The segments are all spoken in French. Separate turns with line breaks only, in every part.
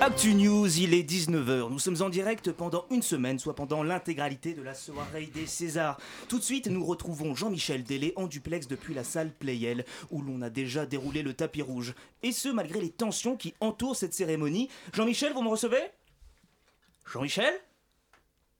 Actu News, il est 19h. Nous sommes en direct pendant une semaine, soit pendant l'intégralité de la soirée des Césars. Tout de suite, nous retrouvons Jean-Michel Délé en duplex depuis la salle Playel, où l'on a déjà déroulé le tapis rouge. Et ce, malgré les tensions qui entourent cette cérémonie. Jean-Michel, vous me recevez Jean-Michel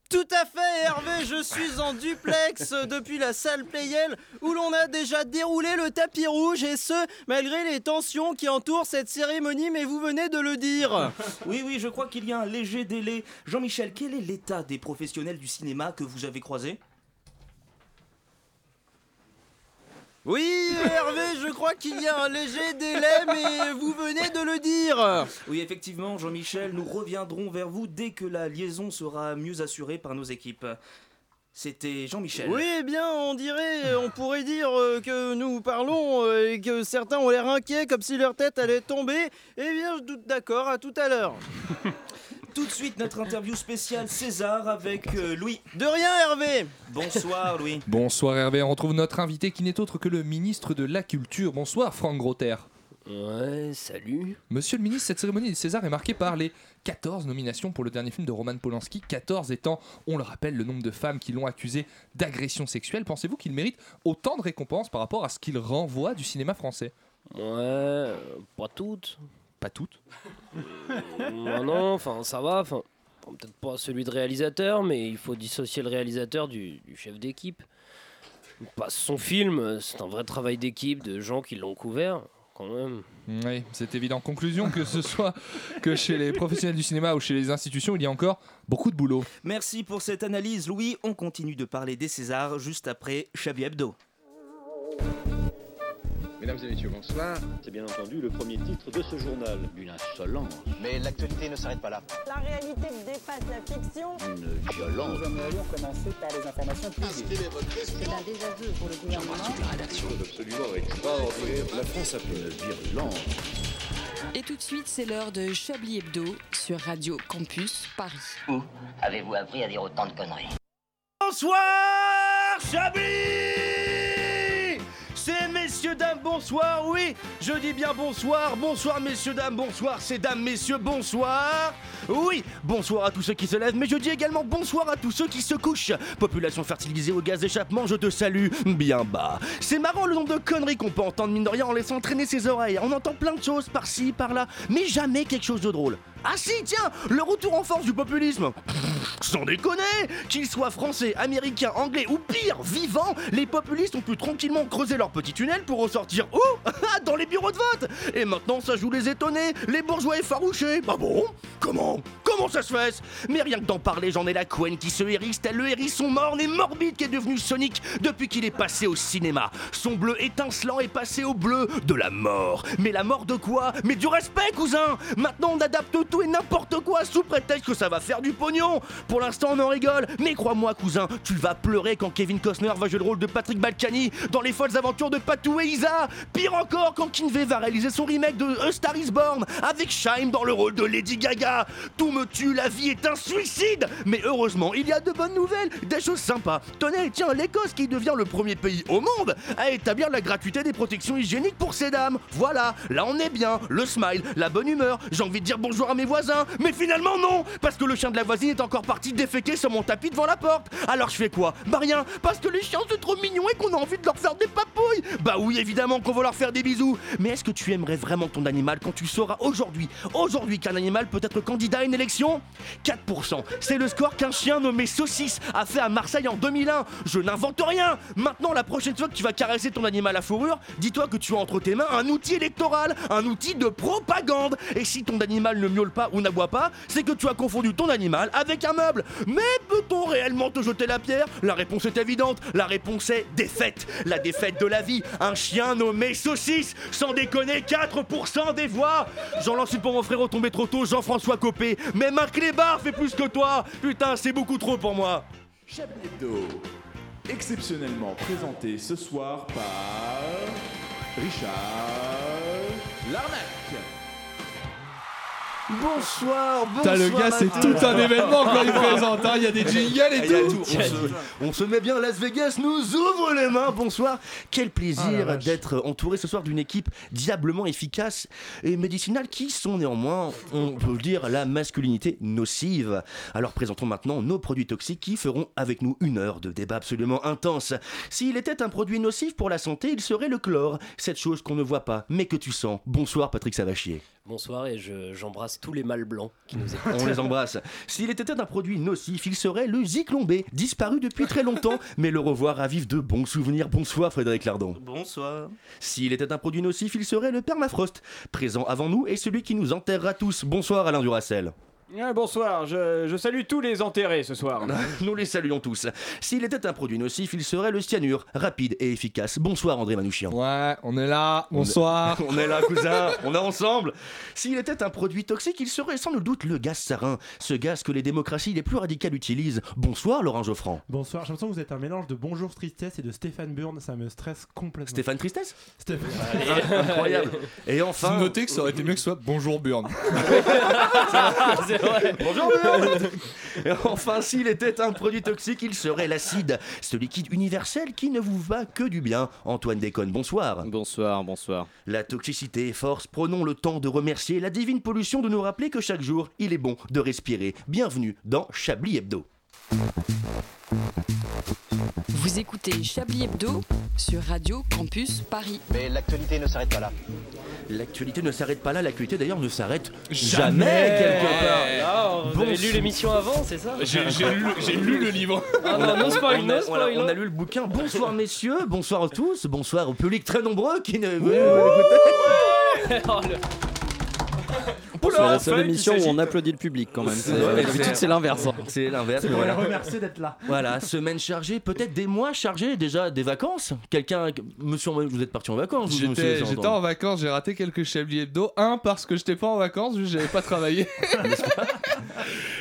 Tout à fait, Hervé, je suis en duplex depuis la salle Playel où l'on a déjà déroulé le tapis rouge et ce, malgré les tensions qui entourent cette cérémonie, mais vous venez de le dire.
Oui, oui, je crois qu'il y a un léger délai. Jean-Michel, quel est l'état des professionnels du cinéma que vous avez croisés
Oui, Hervé, je crois qu'il y a un léger délai, mais vous venez de le dire.
Oui, effectivement, Jean-Michel, nous reviendrons vers vous dès que la liaison sera mieux assurée par nos équipes. C'était Jean-Michel.
Oui, eh bien, on dirait, on pourrait dire euh, que nous parlons euh, et que certains ont l'air inquiets, comme si leur tête allait tomber. Eh bien, je doute d'accord, à tout à l'heure.
Tout de suite, notre interview spéciale César avec euh, Louis.
De rien, Hervé
Bonsoir, Louis.
Bonsoir Hervé, on retrouve notre invité qui n'est autre que le ministre de la Culture. Bonsoir Franck Grotter.
Ouais, salut.
Monsieur le ministre, cette cérémonie des Césars est marquée par les 14 nominations pour le dernier film de Roman Polanski, 14 étant, on le rappelle, le nombre de femmes qui l'ont accusé d'agression sexuelle. Pensez-vous qu'il mérite autant de récompenses par rapport à ce qu'il renvoie du cinéma français
Ouais, euh, pas toutes.
Pas toutes
Non, non, enfin, ça va. Enfin, bon, peut-être pas celui de réalisateur, mais il faut dissocier le réalisateur du, du chef d'équipe. Pas son film, c'est un vrai travail d'équipe, de gens qui l'ont couvert, quand même.
Oui, c'est évident. Conclusion, que ce soit que chez les professionnels du cinéma ou chez les institutions, il y a encore beaucoup de boulot.
Merci pour cette analyse, Louis. On continue de parler des Césars juste après Xavier Hebdo.
Mesdames et messieurs, bonsoir.
C'est bien entendu le premier titre de ce journal. Une insolence,
Mais l'actualité ne s'arrête pas là.
La réalité dépasse la fiction.
une violence.
C'est un désaveu pour le gouvernement.
Et tout de suite, c'est l'heure de Chablis Hebdo sur Radio Campus Paris.
Où avez-vous appris à dire autant de conneries
Bonsoir, Chablis C'est messieurs, dames, bonsoir, oui, je dis bien bonsoir, bonsoir, messieurs, dames, bonsoir, c'est dames, messieurs, bonsoir. Oui, bonsoir à tous ceux qui se lèvent, mais je dis également bonsoir à tous ceux qui se couchent. Population fertilisée au gaz d'échappement, je te salue bien bas. C'est marrant le nombre de conneries qu'on peut entendre, mine de rien, en laissant traîner ses oreilles. On entend plein de choses par-ci, par-là, mais jamais quelque chose de drôle. Ah si, tiens, le retour en force du populisme. Sans déconner Qu'ils soient français, américains, anglais ou pire, vivants, les populistes ont pu tranquillement creuser leur petit tunnel pour ressortir où Ah, Dans les bureaux de vote Et maintenant, ça joue les étonnés, les bourgeois effarouchés Bah bon Comment Comment ça se fait Mais rien que d'en parler, j'en ai la couenne qui se hérisse tel le hérisson morne et morbide qui est devenu Sonic depuis qu'il est passé au cinéma. Son bleu étincelant est passé au bleu de la mort. Mais la mort de quoi Mais du respect, cousin Maintenant, on adapte tout et n'importe quoi sous prétexte que ça va faire du pognon pour l'instant, on en rigole, mais crois-moi, cousin, tu vas pleurer quand Kevin Costner va jouer le rôle de Patrick Balkany dans les folles aventures de Patou et Isa. Pire encore, quand Kinvey va réaliser son remake de A Star Is Born avec Shaim dans le rôle de Lady Gaga. Tout me tue, la vie est un suicide. Mais heureusement, il y a de bonnes nouvelles, des choses sympas. Tenez, tiens, l'Écosse qui devient le premier pays au monde à établir la gratuité des protections hygiéniques pour ces dames. Voilà, là on est bien, le smile, la bonne humeur, j'ai envie de dire bonjour à mes voisins, mais finalement non, parce que le chien de la voisine est encore parti déféquer sur mon tapis devant la porte. Alors je fais quoi Bah rien, parce que les chiens sont trop mignons et qu'on a envie de leur faire des papouilles. Bah oui, évidemment qu'on va leur faire des bisous. Mais est-ce que tu aimerais vraiment ton animal quand tu sauras aujourd'hui, aujourd'hui qu'un animal peut être candidat à une élection 4%, c'est le score qu'un chien nommé Saucisse a fait à Marseille en 2001. Je n'invente rien. Maintenant, la prochaine fois que tu vas caresser ton animal à fourrure, dis-toi que tu as entre tes mains un outil électoral, un outil de propagande. Et si ton animal ne miaule pas ou n'aboie pas, c'est que tu as confondu ton animal avec un meuble. Mais peut-on réellement te jeter la pierre La réponse est évidente. La réponse est défaite. La défaite de la vie. Un chien nommé Saucisse. Sans déconner, 4% des voix. J'en lance une pour mon frère tombé trop tôt, Jean-François Copé. Même un clébard fait plus que toi. Putain, c'est beaucoup trop pour moi.
Chablis Hebdo, exceptionnellement présenté ce soir par Richard Larnac.
Bonsoir, bonsoir.
Putain, le gars, c'est
Mathieu.
tout un événement quand il présente. hein. Il y a des jingles
Ah,
et
il y a
tout.
tout. On, se, on se met bien Las Vegas, nous ouvre les mains, bonsoir.
Ah,
Quel
la
plaisir
vache.
d'être entouré ce soir d'une équipe diablement efficace et médicinale qui sont néanmoins, on peut le dire, la masculinité nocive. Alors présentons maintenant nos produits toxiques qui feront avec nous une heure de débat absolument intense. S'il était un produit nocif pour la santé, il serait le chlore, cette chose qu'on ne voit pas mais que tu sens. Bonsoir Patrick Savachier.
Bonsoir et je- j'embrasse tous les mâles blancs qui nous écoutent.
On les embrasse. S'il était un produit nocif, il serait le zyklon B, disparu depuis très longtemps, mais le revoir ravive de bons souvenirs. Bonsoir Frédéric Lardon.
Bonsoir.
S'il était un produit nocif, il serait le permafrost, présent avant nous et celui qui nous enterrera tous. Bonsoir Alain Duracel.
Ah, bonsoir, je, je salue tous les enterrés ce soir.
Nous les saluons tous. S'il était un produit nocif, il serait le cyanure, rapide et efficace. Bonsoir André Manouchian.
Ouais, on est là. Bonsoir.
On est là, cousin, on est ensemble. S'il était un produit toxique, il serait sans nul doute le gaz sarin, ce gaz que les démocraties les plus radicales utilisent. Bonsoir Laurent Geoffran.
Bonsoir, j'ai l'impression que vous êtes un mélange de Bonjour Tristesse et de Stéphane Burn, ça me stresse complètement.
Stéphane Tristesse
Stéphane.
Incroyable. Et enfin.
Notez que ça aurait été mieux que ce soit Bonjour Burn.
Bonjour, Léon. Et enfin, s'il était un produit toxique, il serait l'acide, ce liquide universel qui ne vous va que du bien. Antoine Déconne, bonsoir.
Bonsoir, bonsoir.
La toxicité est force, prenons le temps de remercier la divine pollution de nous rappeler que chaque jour, il est bon de respirer. Bienvenue dans Chablis Hebdo.
Vous écoutez Chablis Hebdo sur Radio Campus Paris.
Mais l'actualité ne s'arrête pas là.
L'actualité ne s'arrête pas là, l'actualité d'ailleurs ne s'arrête jamais,
Jamais.
quelque part.
Ah, vous avez
Bon-
lu l'émission avant, c'est ça
J'ai j'ai lu, j'ai lu le livre.
Ah non, no spoil,
on, a,
no
on a-
spoil.
on a lu le bouquin. Bonsoir messieurs, bonsoir à tous, bonsoir au public très nombreux qui ne. écoutez.
Oh, le-
C'est la seule émission où on applaudit le public quand même.
C'est-
C'est-
ouais,
D'habitude,
c'est-
c'est l'inverse. hein.
C'est l'inverse.
C'est pour la
Voilà.
remercier d'être là.
Voilà, semaine chargée, peut-être des mois chargés, déjà des vacances. Quelqu'un, monsieur, vous êtes parti en vacances vous, monsieur,
J'étais
j'entends.
j'étais en vacances, j'ai raté quelques Chablis Hebdo. Un, parce que j'étais pas en vacances, vu que j'avais pas travaillé.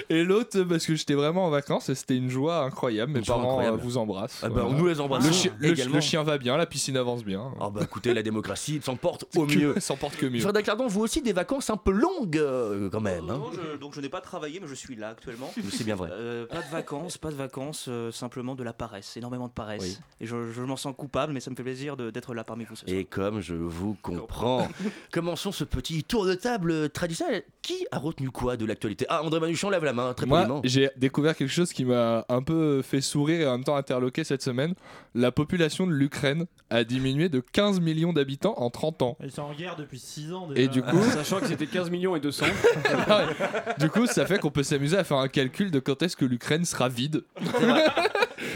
Et l'autre, parce que j'étais vraiment en vacances et c'était une joie incroyable. Mes
Une joie
parents
incroyable.
euh, vous embrassent.
Ah bah,
Voilà.
on nous les embrasse.
le, chi- le chi-
également.
le chien va bien, la piscine avance bien.
Ah bah écoutez, la démocratie s'emporte au
Que-
mieux.
S'en porte que mieux.
Frédéric Lardon, vous aussi des vacances un peu longues euh, quand même. hein.
Non, je- donc je n'ai pas travaillé, mais je suis là actuellement.
C'est bien vrai.
Euh, pas de vacances, pas de vacances, euh, simplement de la paresse, énormément de paresse.
Oui.
Et je, je m'en sens coupable, mais ça me fait plaisir de- d'être là parmi vous ce soir.
Et comme je vous comprends, commençons ce petit tour de table euh, traditionnel. Qui a retenu quoi de l'actualité Ah, André Manuchon lève la main, très
Moi,
poliment.
j'ai découvert quelque chose qui m'a un peu fait sourire et en même temps interloqué cette semaine. La population de l'Ukraine a diminué de 15 millions d'habitants en 30 ans.
Ils sont en guerre depuis 6 ans déjà.
Et du coup,
Sachant que c'était 15 millions et 200.
du coup, ça fait qu'on peut s'amuser à faire un calcul de quand est-ce que l'Ukraine sera vide.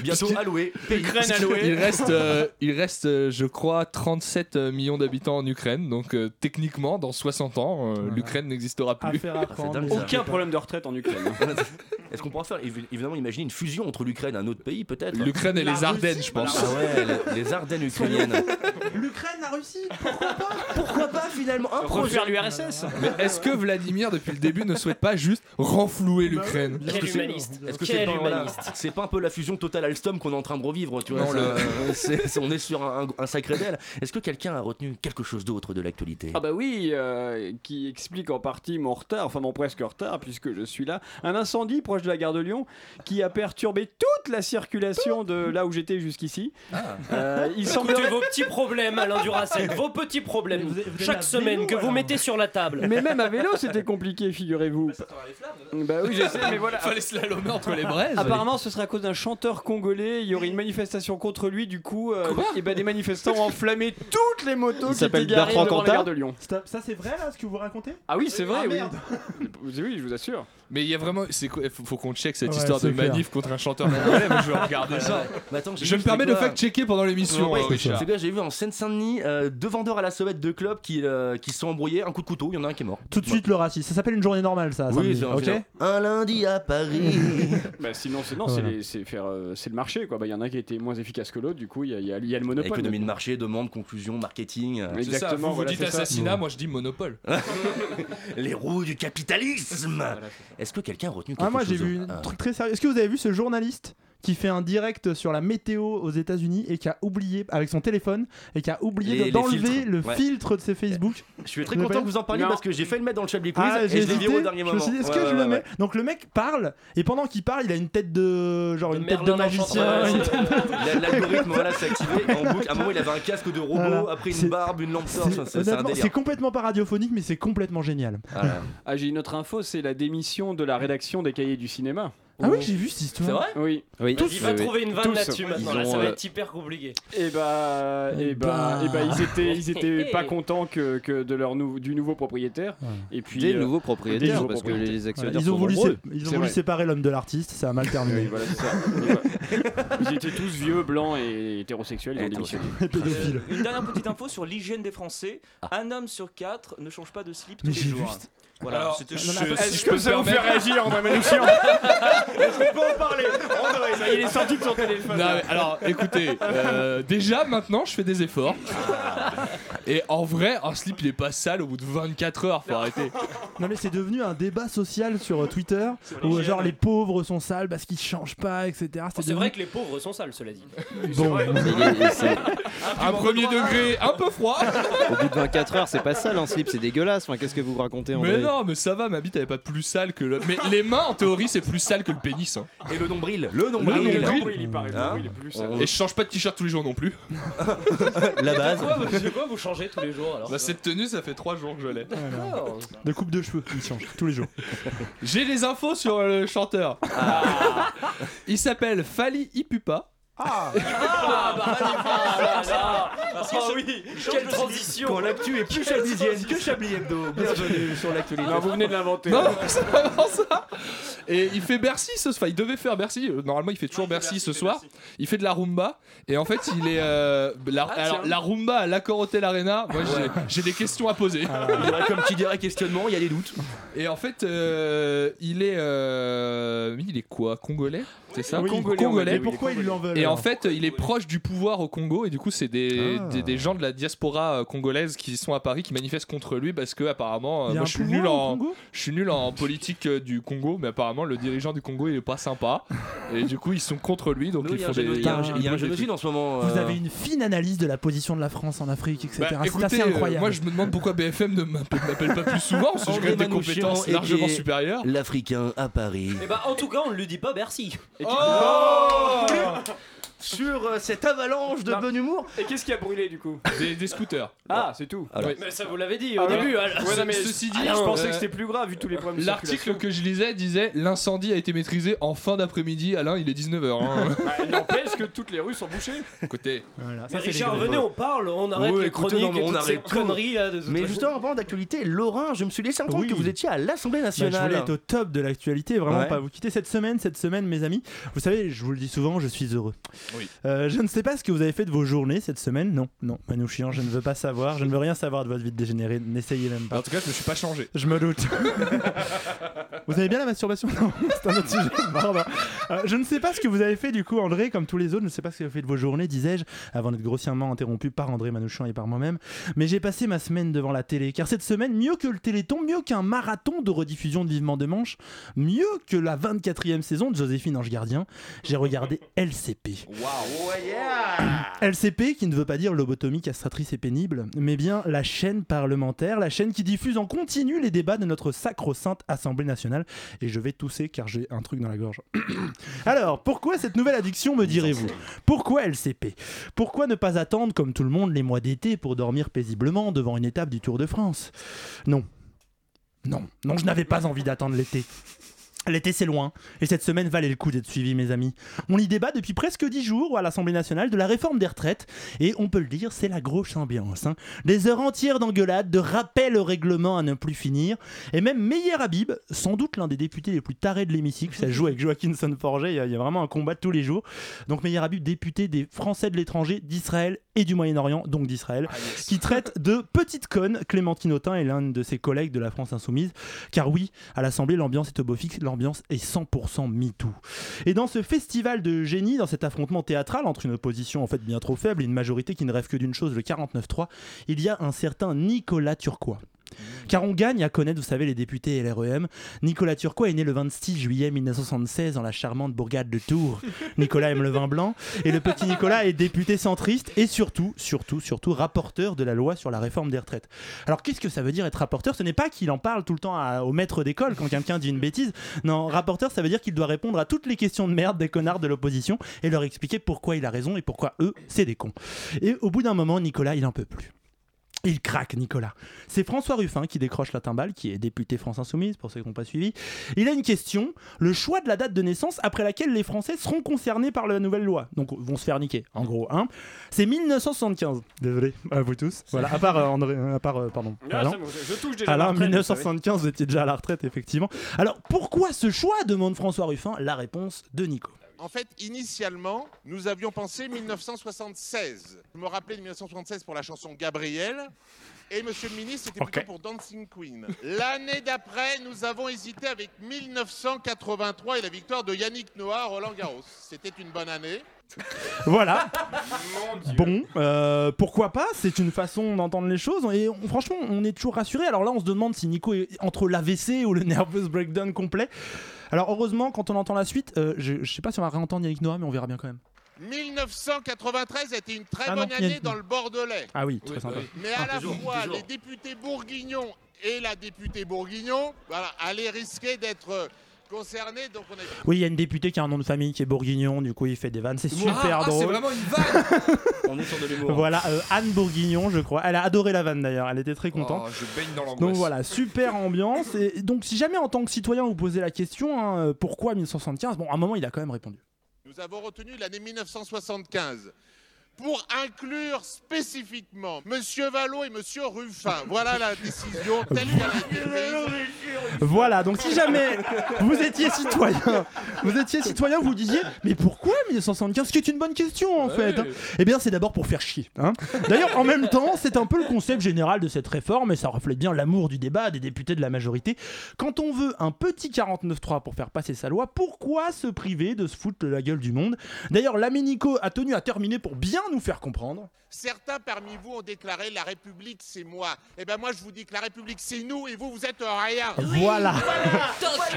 Bientôt alloué. pays.
Ukraine allouée.
Il reste, euh, il reste euh, je crois, 37 euh, millions d'habitants en Ukraine. Donc, euh, techniquement, dans 60 ans, euh,
Voilà.
l'Ukraine n'existera plus.
Affaire à
Ah, c'est
prendre.
dingue,
mais
ça.
ça
Aucun
fait
problème de retraite en Ukraine.
Est-ce qu'on pourra faire, évi- évidemment, imaginer une fusion entre l'Ukraine et un autre pays peut-être
L'Ukraine et
La
les
Russie,
Ardennes, je pense.
Ah ouais, les- les Ardennes ukrainiennes.
pas. L'Ukraine, la Russie
Pourquoi pas finalement un projet
Refaire l'URSS
Mais est-ce que Vladimir, depuis le début, ne souhaite pas juste renflouer
Bah
l'Ukraine
Bien
Quel
sûr.
humaniste
Est-ce que c'est
Quel
pas, voilà,
humaniste
c'est pas un peu la fusion totale Alstom qu'on est en train de revivre tu vois,
Non,
ça- euh, c'est- c'est- On est sur un, un sacré d'elle. Est-ce que quelqu'un a retenu quelque chose d'autre de l'actualité
Ah bah oui, euh, qui explique en partie mon retard, enfin mon presque retard, puisque je suis là. Un incendie proche de la gare de Lyon qui a perturbé toute la circulation de là où j'étais jusqu'ici.
Ah.
Euh, il
Écoutez
semblerait...
vos petits problèmes, Alain Duracell, vos petits problèmes
Mais vous êtes- vous êtes à
chaque semaine
vélo,
que vous
alors.
mettez sur la table.
Mais même à vélo, c'était compliqué, figurez-vous. Bah oui, je sais, mais voilà.
Fallait se lalommer entre les braises.
Apparemment, ce serait à cause d'un chanteur congolais. Il y aurait une manifestation contre lui. Du coup, euh, et ben, des manifestants ont enflammé toutes les motos qui
s'appelle
étaient garées
Bertrand
devant la
Cantat
gare de Lyon.
Stop, ça c'est vrai là ce que vous racontez
Ah oui, c'est vrai,
Ah,
oui.
merde.
Oui, je vous assure.
Mais il y a vraiment. c'est quoi- Faut, faut qu'on check cette
Ouais,
histoire de
c'est clair.
manif contre un chanteur congolais. Moi, je vais regarder ça.
Mais Bah, attends, j'ai
Je
vu,
me
c'est
permets de
quoi
fact-checker pendant l'émission,
Ouais,
euh, Richard.
C'est bien, j'ai vu en Seine-Saint-Denis euh, deux vendeurs à la sauvette de club qui, euh, qui se sont embrouillés, un coup de couteau, il y en a un qui est mort.
Tout de suite le racisme. Ça s'appelle une journée normale ça.
Oui,
samedi,
c'est un,
ok
Ah,
c'est un- un lundi à Paris.
Bah, sinon, c'est non,
Voilà.
c'est les- c'est faire, euh, c'est le marché quoi. Bah, il y en a qui étaient moins efficaces que l'autre. Du coup, il y, a- il y a il y a le monopole.
Économie de marché, demande, conclusion, marketing. euh,
Mais-
C'est ça, vous,
Exactement,
vous
voilà,
dites
c'est ça.
assassinat, moi je dis monopole.
Les roues du capitalisme. Est-ce que quelqu'un a retenu quelque
Ah moi
chose
j'ai vu
Ah.
un truc très sérieux. Est-ce que vous avez vu ce journaliste
qui fait un direct sur la météo aux États-Unis et qui a oublié, avec son téléphone, et qui a oublié
Les-
de-
les
d'enlever
filtres.
le
Ouais.
filtre de ses Facebook.
Je suis très
Vous
content
l'avez
que vous en parliez
Non.
parce que j'ai fait le mettre dans le Chablis Quiz
Ah, j'ai
et je l'ai
hésité,
viré au dernier
je
moment.
me suis dit, est-ce
Ouais,
que
ouais,
je le
ouais,
mets
ouais.
Donc le mec parle, et pendant qu'il parle, il a une tête de. genre une tête de
Merlin
magicien.
Enchanteur,
une
ouais.
tête de-
La- L'algorithme voilà, s'est activé en boucle. À un moment, il avait un casque de robot,
Voilà.
après
C'est-
une barbe, une lampe
C'est-
torche. C'est c'est un
honnêtement,
délire.
C'est complètement pas radiophonique, mais c'est complètement génial.
Ah, j'ai une autre info, c'est la démission de la rédaction des Cahiers du cinéma.
Ah oui, j'ai vu cette histoire.
C'est vrai Oui.
Oui.
Tous.
Il va trouver
une vanne
Tous.
là-dessus maintenant, là,
Ils ont,
ça va
euh,
être hyper compliqué.
Eh
Et bah,
Eh
et bah,
ben.
bah.
et bah, ils étaient, ils étaient pas contents que, que de leur nou- du nouveau propriétaire. Et puis euh,
euh,
Des nouveaux
des
propriétaires,
nouveaux
parce que
propriétaires.
les actionnaires
Voilà, ils ont
sont
voulu,
nombreux.
sé- ils ont
C'est
voulu
vrai.
séparer l'homme de l'artiste, ça a mal terminé.
Oui, voilà, c'est ça. Et bah, ils étaient tous vieux, blancs et hétérosexuels, ils ont démissionné.
Pédophile.
Une dernière petite info sur l'hygiène des Français. Un homme sur quatre ne change pas de slip tous
Mais
les
j'ai vu
jours.
cette-
Voilà,
Alors,
c'était
non, non,
je-
attends,
si
est-ce
je
que
peux
ça
me
vous fait
permettre.
réagir, André Manouchian
Est-ce qu'on peut en parler
André,
Bah,
ça y est, il est sorti de son téléphone.
Non, mais alors, écoutez, euh, déjà maintenant, je fais des efforts. Et en vrai, un slip, il est pas sale au bout de 24 heures, faut arrêter.
Non mais c'est devenu un débat social sur euh, Twitter où euh, genre les pauvres sont sales parce qu'ils changent pas, etc.
Oh,
Bon, c'est
devenu-
vrai que les pauvres sont sales, cela dit.
Bon.
Un premier degré, un peu froid.
Au bout de 24 heures, c'est pas sale
hein,
en slip, c'est dégueulasse. Enfin, qu'est-ce que vous racontez en
Mais non, mais ça va, ma bite, elle est pas plus sale que le. Mais les mains, en théorie, c'est plus sale que le pénis. hein.
Et le nombril, le nombril,
Le
il paraît.
Hein
Oui, il est plus sale.
Et je change pas de t-shirt tous les jours non plus.
La
De quoi, vous- de quoi vous changez tous les jours alors
Bah, cette tenue, ça fait 3 jours que je l'ai.
De coupe de cheveux, ils changent tous les jours.
J'ai des infos sur le chanteur.
Ah.
Il s'appelle Fali Ipupa.
Ah bah magnifique ça,
Parce
Parce
que
que
Ah,
ce-
oui,
il change
quelle
de
transition
Quand l'actu est plus chablisienne que Chablis Hebdo, bienvenue sur l'actualité.
Non, vous venez de l'inventer.
Non, non, c'est vraiment ça. Et il fait Bercy ce soir. Il devait faire Bercy. Euh, Normalement, il fait toujours Bercy, ce soir. Il fait de la rumba. Et en fait, il est. euh, la,
Ah,
alors, la rumba à l'accord Hotel Arena. Moi, j'ai- j'ai des questions à poser.
Ah, Comme tu dirais questionnement, il y a des doutes.
Et en fait, euh, il est. euh, il est quoi Congolais C'est ça
Oui, Congolais, mais pourquoi ils l'en veulent,
Et en
alors Ah.
fait, il est proche du pouvoir au Congo. Et du coup, c'est des, des, des gens de la diaspora euh, congolaise qui sont à Paris qui manifestent contre lui parce que, apparemment,
Il
euh,
y a
moi
un
je suis,
pouvoir
nul
au
en,
Congo
je suis nul en politique euh, du Congo. Mais apparemment, le dirigeant du Congo, il est pas sympa. Et du coup, ils sont contre lui. Donc, ils
Nous, il y
font
a un
des.
géno- il y a un-
ils
il y a un
brûlent des
génocide
trucs.
en ce moment.
Vous
euh,
avez une fine analyse de la position de la France en Afrique, etc.
Bah,
c'est assez
écoutez, euh,
incroyable. Bah,
moi je me demande pourquoi BFM ne m'appelle m'appelle pas plus souvent, parce que j'ai quand
André
même des
Manouchian
compétences
était
largement supérieures.
L'Africain à Paris.
Eh ben,
Et bah en tout cas on ne lui dit pas Bercy.
Oh Sur euh, cette avalanche de bon humour.
Et qu'est-ce qui a brûlé du coup
Des, des scooters.
Ah, c'est tout.
Alors.
Mais ça vous l'avez dit
Ah
au
ouais.
début. hein.
Ouais,
alors-
non, mais
ceci dit,
je pensais
euh,
que c'était plus grave vu tous les problèmes. de
L'article que je lisais disait l'incendie a été maîtrisé en fin d'après-midi. Alain, il est 19h. hein.
circulation. Bah, il N'empêche que toutes les rues sont bouchées.
Ah,
Écoutez,
Mais Richard, venez, on parle, on arrête
Ouais,
les
écoutez,
chroniques
non, mais
et
on
toutes
arrête
ces
tout.
conneries là. De
Mais justement, en parlant d'actualité, Laurent, je me suis laissé entendre
Oui.
que vous étiez à l'Assemblée
Bah, je voulais
nationale.
être au top de l'actualité, vraiment
Ouais.
pas vous quitter. Cette semaine, cette semaine, mes amis, vous savez, je vous le dis souvent, je suis heureux.
Oui.
Euh, je ne sais pas ce que vous avez fait de vos journées cette semaine. Non, non, Manouchian, je ne veux pas savoir, je ne veux rien savoir de votre vie de dégénérée, n'essayez même pas.
en tout cas, je me suis pas changé.
Je me doute. vous avez bien la masturbation Non, c'est un autre sujet. Pardon. Euh, je ne sais pas ce que vous avez fait du coup, André, comme tous les autres. Je ne sais pas ce que vous avez fait de vos journées, disais-je, avant d'être grossièrement interrompu par André Manouchian et par moi-même. Mais j'ai passé ma semaine devant la télé. Car cette semaine, mieux que le Téléthon, mieux qu'un marathon de rediffusion de Vivement de Manche, mieux que la 24e saison de Joséphine Ange Gardien, j'ai regardé LCP. LCP, qui ne veut pas dire lobotomie castratrice et pénible, mais bien la chaîne parlementaire, la chaîne qui diffuse en continu les débats de notre sacro-sainte Assemblée nationale. Et je vais tousser car j'ai un truc dans la gorge. Alors, pourquoi cette nouvelle addiction, me direz-vous Pourquoi LCP Pourquoi ne pas attendre, comme tout le monde, les mois d'été pour dormir paisiblement devant une étape du Tour de France Non. Non, non, je n'avais pas envie d'attendre l'été. L'été c'est loin, et cette semaine valait le coup d'être suivi mes amis. On y débat depuis presque 10 jours à l'Assemblée nationale de la réforme des retraites, et on peut le dire, c'est la grosse ambiance. hein. Des heures entières d'engueulades, de rappels au règlement à ne plus finir, et même Meyer Habib, sans doute l'un des députés les plus tarés de l'hémicycle, ça joue avec Joaquin Sonforget, il y a- il y, a vraiment un combat de tous les jours. Donc Meyer Habib, député des Français de l'étranger, d'Israël et du Moyen-Orient, donc d'Israël, qui traite de petite conne Clémentine Autain et l'un de ses collègues de la France Insoumise. Car oui, à l'Assemblée, l'ambiance est au beau fixe, l'ambiance est 100% MeToo. Et dans ce festival de génie, dans cet affrontement théâtral entre une opposition en fait bien trop faible et une majorité qui ne rêve que d'une chose, le 49-3, il y a un certain Nicolas Turquois. Car on gagne à connaître, vous savez, les députés LREM. Nicolas Turquois est né le 26 juillet 1976 dans la charmante bourgade de Tours. Nicolas aime le vin blanc et le petit Nicolas est député centriste et surtout, surtout, surtout rapporteur de la loi sur la réforme des retraites. Alors qu'est-ce que ça veut dire être rapporteur Ce n'est pas qu'il en parle tout le temps à- au maître d'école quand quelqu'un dit une bêtise. Non, rapporteur, ça veut dire qu'il doit répondre à toutes les questions de merde des connards de l'opposition et leur expliquer pourquoi il a raison et pourquoi eux, c'est des cons. Et au bout d'un moment, Nicolas, il en peut plus. Il craque, Nicolas. C'est François Ruffin qui décroche la timbale, qui est député France Insoumise, pour ceux qui n'ont pas suivi. Il a une question, le choix de la date de naissance après laquelle les Français seront concernés par la nouvelle loi. Donc vont se faire niquer, en gros. Hein. C'est 1975. Désolé, à vous tous. Voilà, à part euh, André, euh, à part, euh, pardon.
Ah,
Alain.
c'est bon, je- je touche déjà
Alain,
la retraite, vous
1975, vous étiez déjà à la retraite, effectivement. Alors pourquoi ce choix demande François Ruffin. La réponse de Nico.
En fait, initialement, nous avions pensé 1976. Je me rappelais de 1976 pour la chanson Gabriel. Et monsieur le ministre, c'était plutôt
Ok.
pour Dancing Queen. L'année d'après, nous avons hésité avec 1983 et la victoire de Yannick Noah à Roland Garros. C'était une bonne année.
Voilà. Bon, euh, pourquoi pas C'est une façon d'entendre les choses. Et on- franchement, on est toujours rassuré. Alors là, on se demande si Nico est entre l'AVC ou le nervous breakdown complet. Alors heureusement, quand on entend la suite, euh, je, je sais pas si on va réentendre Yannick Noah, mais on verra bien quand même.
1993 a été une très
Ah non,
bonne année
Yannick
dans
Noah.
le Bordelais.
Ah oui, très sympa.
Mais à
Ah,
la
toujours,
fois,
toujours.
les députés bourguignons et la députée bourguignon voilà, allaient risquer d'être euh, concernés. Donc on a
Oui, il y a une députée qui a un nom de famille qui est bourguignon, du coup il fait des vannes, c'est super drôle.
vanne
On est sur de l'humour.
Voilà, euh, Anne Bourguignon, je crois. Elle a adoré la vanne d'ailleurs, elle était très contente.
Oh, je baigne dans l'angoisse.
donc voilà, super ambiance. Et donc si jamais en tant que citoyen vous posez la question, hein, euh, pourquoi 1975 Bon, à un moment il a quand même répondu.
Nous avons retenu l'année 1975 pour inclure spécifiquement Monsieur Vallot et Monsieur Ruffin. Voilà la décision telle qu'elle a été prise.
Voilà, donc si jamais vous étiez citoyen, vous étiez citoyen, vous disiez, mais pourquoi 1975 Ce qui est une bonne question en fait. hein. Eh bien, c'est d'abord pour faire chier. hein. D'ailleurs, en même temps, c'est un peu le concept général de cette réforme et ça reflète bien l'amour du débat des députés de la majorité. Quand on veut un petit 49.3 pour faire passer sa loi, pourquoi se priver de se foutre de la gueule du monde D'ailleurs, l'ami Nico a tenu à terminer pour bien nous faire comprendre.
Certains parmi vous ont déclaré la République c'est moi. Eh ben moi je vous dis que la République c'est nous et vous vous êtes rien.
Voilà.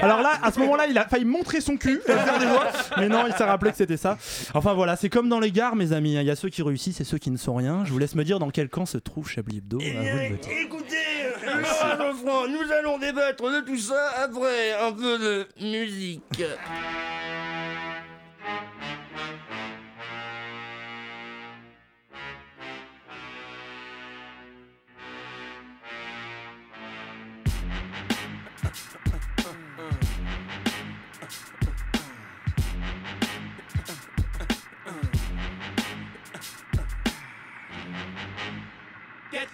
Alors là, à ce moment-là, il a failli montrer son cul, et faire des doigts, mais non, il s'est rappelé que c'était ça. Enfin voilà, c'est comme dans les gares, mes amis. hein. Il y a ceux qui réussissent et ceux qui ne sont rien. Je vous laisse me dire dans quel camp se trouve Chablis Hebdo. à vous de me dire.
Eh Écoutez, Laurent Geoffroy, nous allons débattre de tout ça après un peu de musique.
Get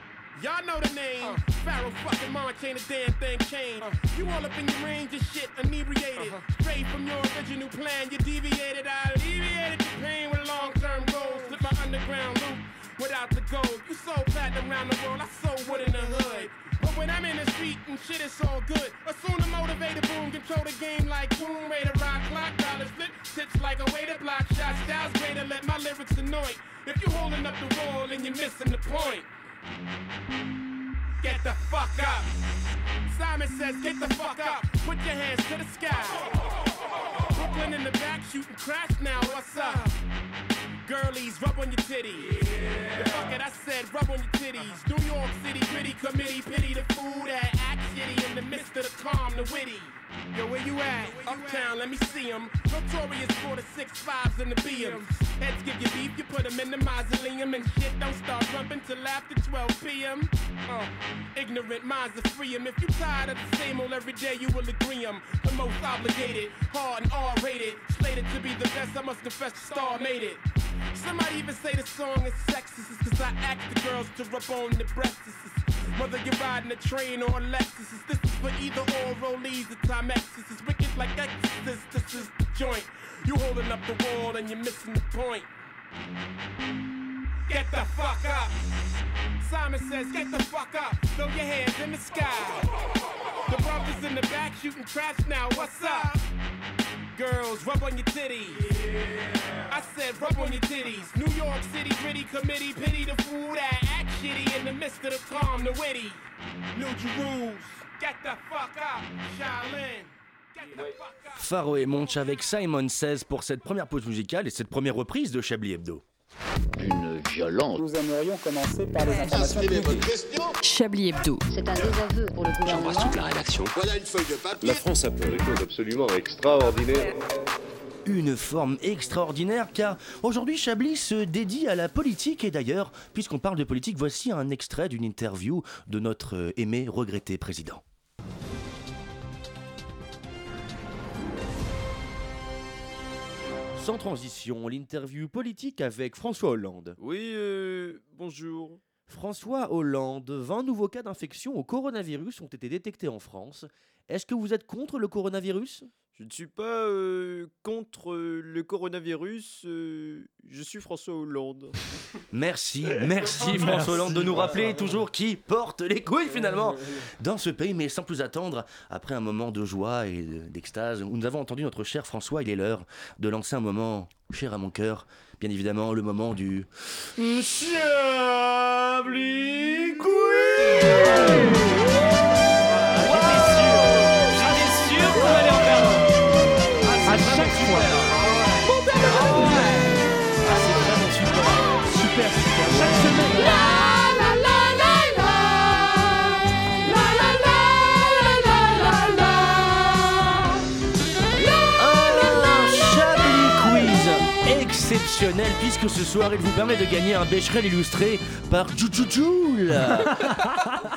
Y'all know the name. Pharaoh fucking Mon can't a damn thing change. You all up in your range of shit, inebriated. Straight from your original plan, you deviated. I alleviated the pain with long-term goals. Slip my underground loop without the gold. You sold platinum around the world, I sold wood in the hood. But when I'm in the street and shit, it's all good. Assume the motivator boom, control the game like boom, ready to rock, clock, dollars flip, tips like a way to block shots, styles greater, let my lyrics anoint. If you holding up the wall and you're missing the point. Get the fuck up. Simon says, get the fuck up. Put your hands to the sky. Brooklyn in the back shooting crash now. What's up? Girlies, rub on your titties. Fuck it, I said, rub on your titties. New York City, gritty committee, pity the fool that act shitty in the midst of the calm, the witty. Yo, where you at? Uptown, let me see 'em. Notorious for the six fives and the BMs. Heads give you beef, you put 'em in the mausoleum. And shit don't start jumping till after 12 p.m. Uh, ignorant minds are free 'em. If you tired of the same old every day, you will agree 'em. The most obligated, hard and R rated. Slated to be the best, I must confess, the star made it. Somebody even say the song is sexist, it's cause I asked the girls to rub on the breasts. Whether you're riding a train or a Lexus, this is for either or rollies or Timexes. It's wicked like Exorcist, this is the joint. You holding up the wall and you're missing the point. Get the fuck up. Simon says, get the fuck up. Throw your hands in the sky. The brothers in the back shooting trash now. What's up? Girls, rub on your titties. I said, rub on your titties. New York City gritty committee, pity the fool that act shitty in the midst of the calm, the witty. New rules. Get the fuck up, Shaolin. Get the fuck up.
Faro et Monch avec Simon Says pour cette première pause musicale et cette première reprise de Chablis Hebdo. Une violence.
Nous aimerions commencer par les informations
Chablis Hebdo. C'est un désaveu pour le gouvernement.
toute la rédaction.
Voilà une feuille de papier.
La France a fait des choses absolument extraordinaires.
Une forme extraordinaire car aujourd'hui Chablis se dédie à la politique et d'ailleurs, puisqu'on parle de politique, voici un extrait d'une interview de notre euh, aimé regretté président. Sans transition, l'interview politique avec François Hollande.
Oui, euh, bonjour.
François Hollande, 20 nouveaux cas d'infection au coronavirus ont été détectés en France. Est-ce que vous êtes contre le coronavirus
Je ne suis pas euh, contre euh, le coronavirus. euh, je suis François Hollande.
Merci, merci François Hollande de nous rappeler toujours qui porte les couilles finalement dans ce pays. Mais sans plus attendre, après un moment de joie et de- d'extase, où nous avons entendu notre cher François, il est l'heure de lancer un moment cher à mon cœur. Bien évidemment, le moment du...
Chablis
À chaque fois.
Super, super. Chaque semaine. La, la, la, la, la. La, la, la, la, la, la, la.
Un Chablis Quiz exceptionnel puisque ce soir il vous permet de gagner un Becherel illustré par Jujujoul.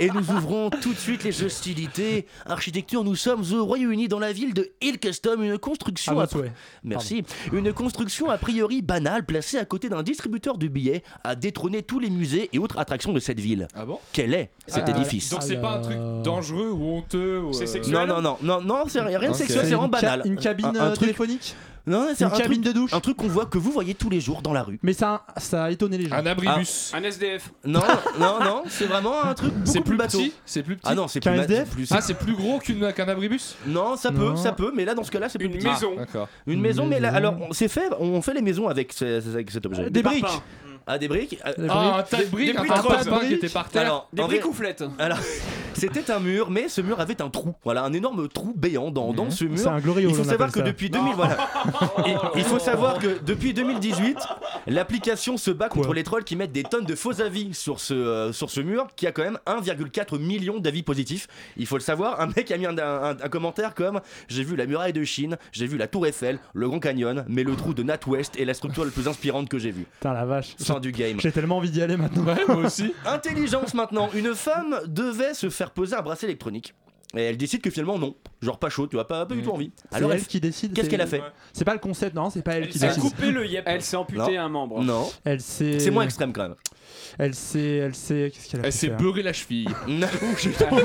Et nous ouvrons tout de suite les hostilités. Architecture, nous sommes au Royaume-Uni dans la ville de Ilkeston, une construction.
Ah,
à-
bah, ouais.
Merci. Une construction a priori banale placée à côté d'un distributeur de billets a détrôné tous les musées et autres attractions de cette ville. Ah bon Quel est cet
Ah,
édifice
donc c'est pas un truc
dangereux ou honteux ou
euh,
C'est sexuel
Non non non non non, c'est rien de
Ok.
sexuel, c'est vraiment
Une ca-
banal. Ah.
une cabine, euh,
téléphonique Non, c'est
Une cabine
de douche. Un truc qu'on voit que vous voyez tous les jours dans la rue.
Mais ça, ça a étonné les gens.
Un abribus.
Ah.
Ah.
Un SDF.
Non, non, non, c'est vraiment un truc beaucoup
C'est
plus,
plus
bateau.
petit C'est plus petit
Ah non, c'est
Qu'un
plus, ma-
SDF
plus-
Ah, c'est plus gros qu'une- qu'un abribus
Non, ça peut, ça peut, mais là dans ce cas-là, c'est plus
Une
petit.
maison.
Ah,
d'accord.
Une
Une
maison, mais là,
maison.
alors on- c'est fait, on fait les maisons avec, ce- avec cet objet.
Des briques. parpaings.
Ah, des briques Ah,
briques. Ah, un tas de briques, un tas de
creuses.
parpaings qui étaient par terre. Des
en
briques
vrai-
ou flettes
Alors, c'était un mur, mais ce mur avait un trou. Voilà, un énorme trou béant dans, dans ce mur.
Mhm. C'est un glory hole,
Il faut
on
savoir que
appelle ça.
depuis 2000, voilà. Il- Il faut savoir que depuis 2018, l'application se bat contre les trolls qui mettent des tonnes de faux avis sur ce, euh, sur ce mur qui a quand même 1,4 million d'avis positifs. Il faut le savoir, un mec a mis un, un- un commentaire comme J'ai vu la muraille de Chine, j'ai vu la Tour Eiffel, le Grand Canyon, mais le trou de Nat West est la structure la plus inspirante que j'ai vue.
Putain, la vache.
Fin du game.
J'ai tellement envie d'y aller maintenant. Ouais, moi aussi.
Intelligence maintenant. Une femme devait se faire poser un bracelet électronique. Et elle décide que finalement non, genre pas chaud, tu vois, pas, pas du tout envie.
C'est elle, qui décide.
Qu'est-ce
c'est-
qu'elle a fait
C'est pas le concept, non, c'est pas elle, qui
s'est
décide.
coupée
le yep.
Elle s'est amputée
Non.
un membre.
Non.
Elle s'est.
C'est moins extrême quand même.
Elle s'est. Elle s'est. Qu'est-ce qu'elle a
Elle
fait
s'est
faire
beurrée la cheville. non, non, justement,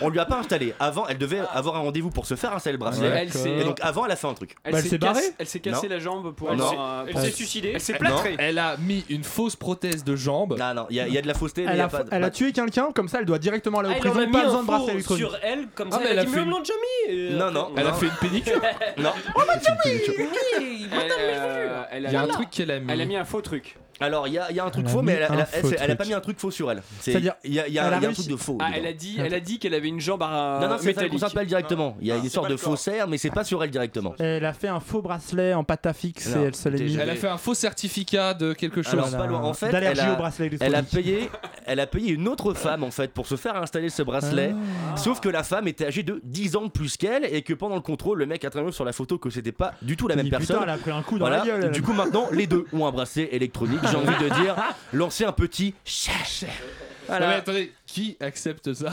on lui a pas installé. Avant, elle devait avoir un rendez-vous pour se faire installer le bracelet.
Ouais, elle s'est-
Et donc avant, elle a fait un truc.
Elle Bah, elle s'est s'est cassée- barrée elle s'est cassée la jambe
Ah,
pour avoir un- Elle pour- s'est suicidée. Elle s'est plâtrée.
Non, Elle a mis une fausse prothèse de jambe. Non, non, il y, a- il y a de la fausseté. mais
Elle
il y
a,
pas de-
Ah, elle a tué quelqu'un, comme ça elle doit directement aller
Ah,
au
il
prison,
en a
pas
mis un
besoin de
faux
braceler électronique.
sur elle, comme
Ah,
ça
mais
elle
elle
a
a
dit
fait
mais on
une-
me l'a déjà mis euh,
Non, non,
après,
elle a
voilà.
fait une pédicure.
Oh,
Non.
On
bah,
m'a déjà
C'est une
mis
pédicure.
oui, madame,
Euh,
elle
a-
voilà.
qu'elle a mis.
Elle a mis un faux truc.
Alors, il y a, il y a un truc
Elle a
faux, mais
mis
elle a, elle,
un
a- elle
faux
s'est- elle a pas
truc.
mis un truc faux sur elle. C'est- Il y
C'est-à-dire,
a, il y a- il y a
elle a
un il y a un
réussi-
truc de faux.
Ah,
dedans.
elle a dit, elle a dit qu'elle avait une jambe à
Non, non, c'est ça qu'on
métallique.
s'appelle directement. Il y a une sorte de faussaire, mais c'est pas sur elle directement.
Elle a fait un faux bracelet en pâte à fixe
Non,
et elle se l'est mis.
déjà.
Elle a fait un faux certificat de quelque chose.
Alors, pas loin. En fait, elle
D'allergie
a,
au bracelet
elle a
électronique.
payé, elle a payé une autre femme en fait pour se faire installer ce bracelet.
Ah.
Sauf que la femme était âgée de 10 ans de plus qu'elle et que pendant le contrôle, le mec a très bien sur la photo que c'était pas du tout la même
Putain,
personne.
elle a pris un coup dans la gueule, elle.
Du coup, maintenant, les deux ont un bracelet électronique. J'ai envie de dire, lancer un petit.
Non, Ah, mais attendez, qui accepte ça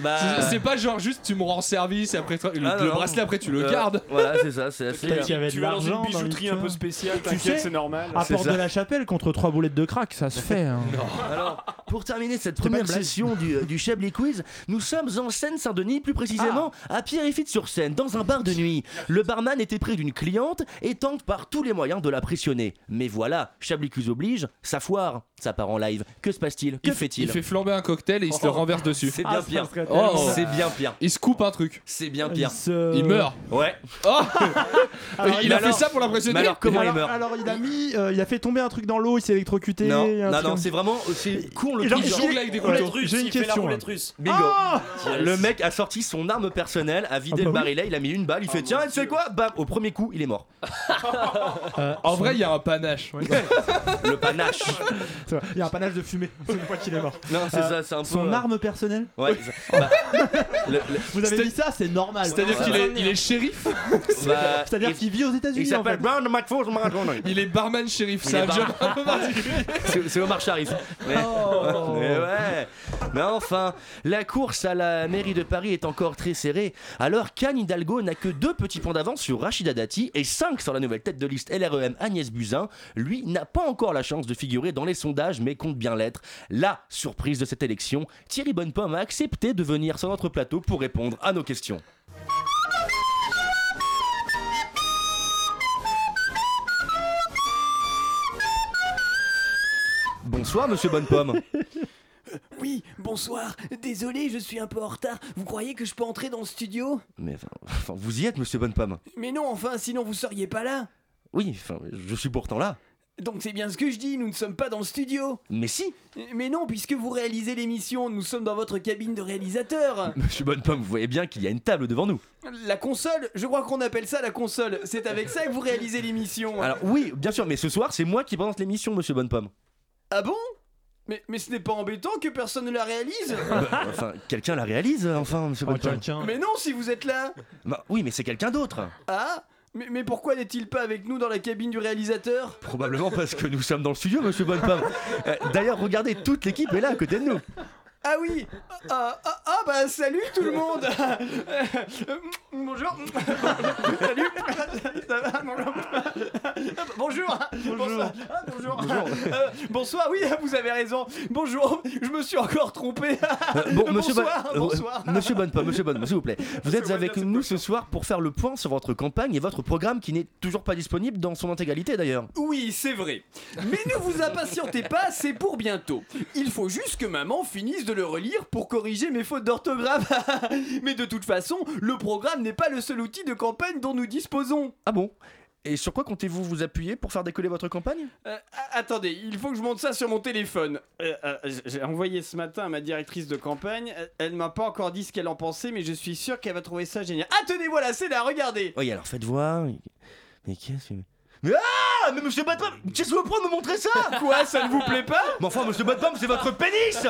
Bah-
C'est- C'est pas genre juste tu me rends service et après toi- le,
Ah,
le
non.
bracelet après tu le
Euh,
gardes.
voilà, c'est ça, c'est assez- euh,
Tu-
Parce qu'il y avait
tu
de
vas dans
l'argent
une
dans le
bijouterie
cœur.
un peu spéciale,
Tu sais,
t'inquiète, c'est normal.
À
C'est
Porte
ça.
de la Chapelle contre trois boulettes de crack, ça se fait. hein.
Alors, pour terminer cette
Première
première
blague.
session du, euh, du Chablis Quiz, nous sommes en Seine-Saint-Denis, plus précisément
Ah.
à Pierrefitte-sur-Seine, dans un bar de nuit. Le barman était près d'une cliente et tente par tous les moyens de la pressionner. Mais voilà, Chablis Quiz oblige, ça foire, ça part en live. Que se passe-t-il Que fait-il
Il fait flamber un cocktail et il se le
Oh.
renverse dessus.
C'est bien pire. Oh. C'est bien pire.
Il se coupe un truc.
C'est bien pire.
Il, meurt.
Ouais.
Alors, il a fait ça pour l'impressionner.
Mais alors, comment
alors,
il meurt
alors, il a mis, euh, il a fait tomber un truc dans l'eau, il s'est électrocuté. un
Non, non,
truc
non,
comme-
c'est vraiment c'est con le
Et genre,
truc.
il jongle avec des Roulette couteaux. russe,
J'ai une
il fait la
question.
roulette
là.
russe.
Bingo.
Ah
le mec a sorti son arme personnelle, a
Ah
vidé
bah
le
oui.
barillet, il a mis une balle, il fait tiens, tu sais quoi Bam, au premier coup, il est mort.
en vrai, il y a un panache.
le panache.
C'est vrai, Il y a un panache de fumée. C'est une fois qu'il est mort.
Non, c'est ça, c'est un peu,
Son
euh,
arme personnelle.
Ouais. bah, le- le-
Vous avez dit ça, c'est normal.
C'est-à-dire qu'il est, il est shérif
Bah,
C'est-à-dire
il-
qu'il vit aux États-Unis.
il s'appelle Brown McFours
Il est barman shérif,
Il
c'est
est
un job
barman.
un peu particulier.
C'est c'est Omar Sharif. Mais,
Oh.
mais ouais. Mais enfin, la course à la mairie de Paris est encore très serrée. Alors qu'Anne Hidalgo n'a que deux petits points d'avance sur Rachida Dati et 5 sur la nouvelle tête de liste LREM Agnès Buzyn. Lui n'a pas encore la chance de figurer dans les sondages, mais compte bien l'être. La surprise de cette élection, Thierry Bonnepomme a accepté de venir sur notre plateau pour répondre à nos questions. Bonsoir, monsieur Bonnepomme.
Oui, bonsoir. Désolé, je suis un peu en retard. Vous croyez que je peux entrer dans le studio
Mais enfin, enfin, vous y êtes, monsieur Bonnepomme.
Mais non, enfin, sinon vous seriez pas là.
Oui, enfin, je suis pourtant là.
Donc c'est bien ce que je dis, nous ne sommes pas dans le studio.
Mais si
Mais non, puisque vous réalisez l'émission, nous sommes dans votre cabine de réalisateur.
Monsieur Bonnepomme, vous voyez bien qu'il y a une table devant nous.
La console, je crois qu'on appelle ça la console. C'est avec ça que vous réalisez l'émission.
Alors oui, bien sûr, mais ce soir, c'est moi qui présente l'émission, monsieur Bonnepomme.
Ah bon mais, mais ce n'est pas embêtant que personne ne la réalise
Bah, enfin, quelqu'un la réalise, enfin, monsieur Bonnepomme.
Mais non, si vous êtes là
Bah oui, mais c'est quelqu'un d'autre.
Ah mais, mais pourquoi n'est-il pas avec nous dans la cabine du réalisateur
Probablement parce que nous sommes dans le studio, monsieur Bonnepomme. Euh, D'ailleurs, regardez, toute l'équipe est là à côté de nous.
Ah oui ah, ah, ah, bah salut tout le monde Euh, Bonjour Salut Ça va Bonjour Ah, bah, Bonjour Bonsoir. Ah, Bonjour Euh, Bonsoir, oui, vous avez raison. Bonjour, je me suis encore trompé.
Euh, bon, monsieur Bon-
bonsoir,
euh,
bonsoir.
euh, monsieur Bonnepomme, monsieur Bonnepomme, s'il vous plaît. Vous êtes avec nous ce soir pour faire le point sur votre campagne et votre programme qui n'est toujours pas disponible dans son intégralité d'ailleurs.
Oui, c'est vrai. Mais ne vous impatientez pas, c'est pour bientôt. Il faut juste que maman finisse de le relire pour corriger mes fautes d'orthographe. Mais de toute façon, le programme n'est pas le seul outil de campagne dont nous disposons.
Ah bon Et sur quoi comptez-vous vous appuyer pour faire décoller votre campagne
Euh, a- attendez, il faut que je monte ça sur mon téléphone.
Euh, euh, j- J'ai envoyé ce matin à ma directrice de campagne. Elle- Elle m'a pas encore dit ce qu'elle en pensait, mais je suis sûr qu'elle va trouver ça génial.
Ah tenez voilà, c'est là, regardez
Oui, alors faites voir. Mais qu'est-ce que. Mais ah Mais monsieur Batman, qu'est-ce que vous prenez de me montrer ça
Quoi Ça ne vous plaît pas
Mais enfin, monsieur Batman, c'est votre pénis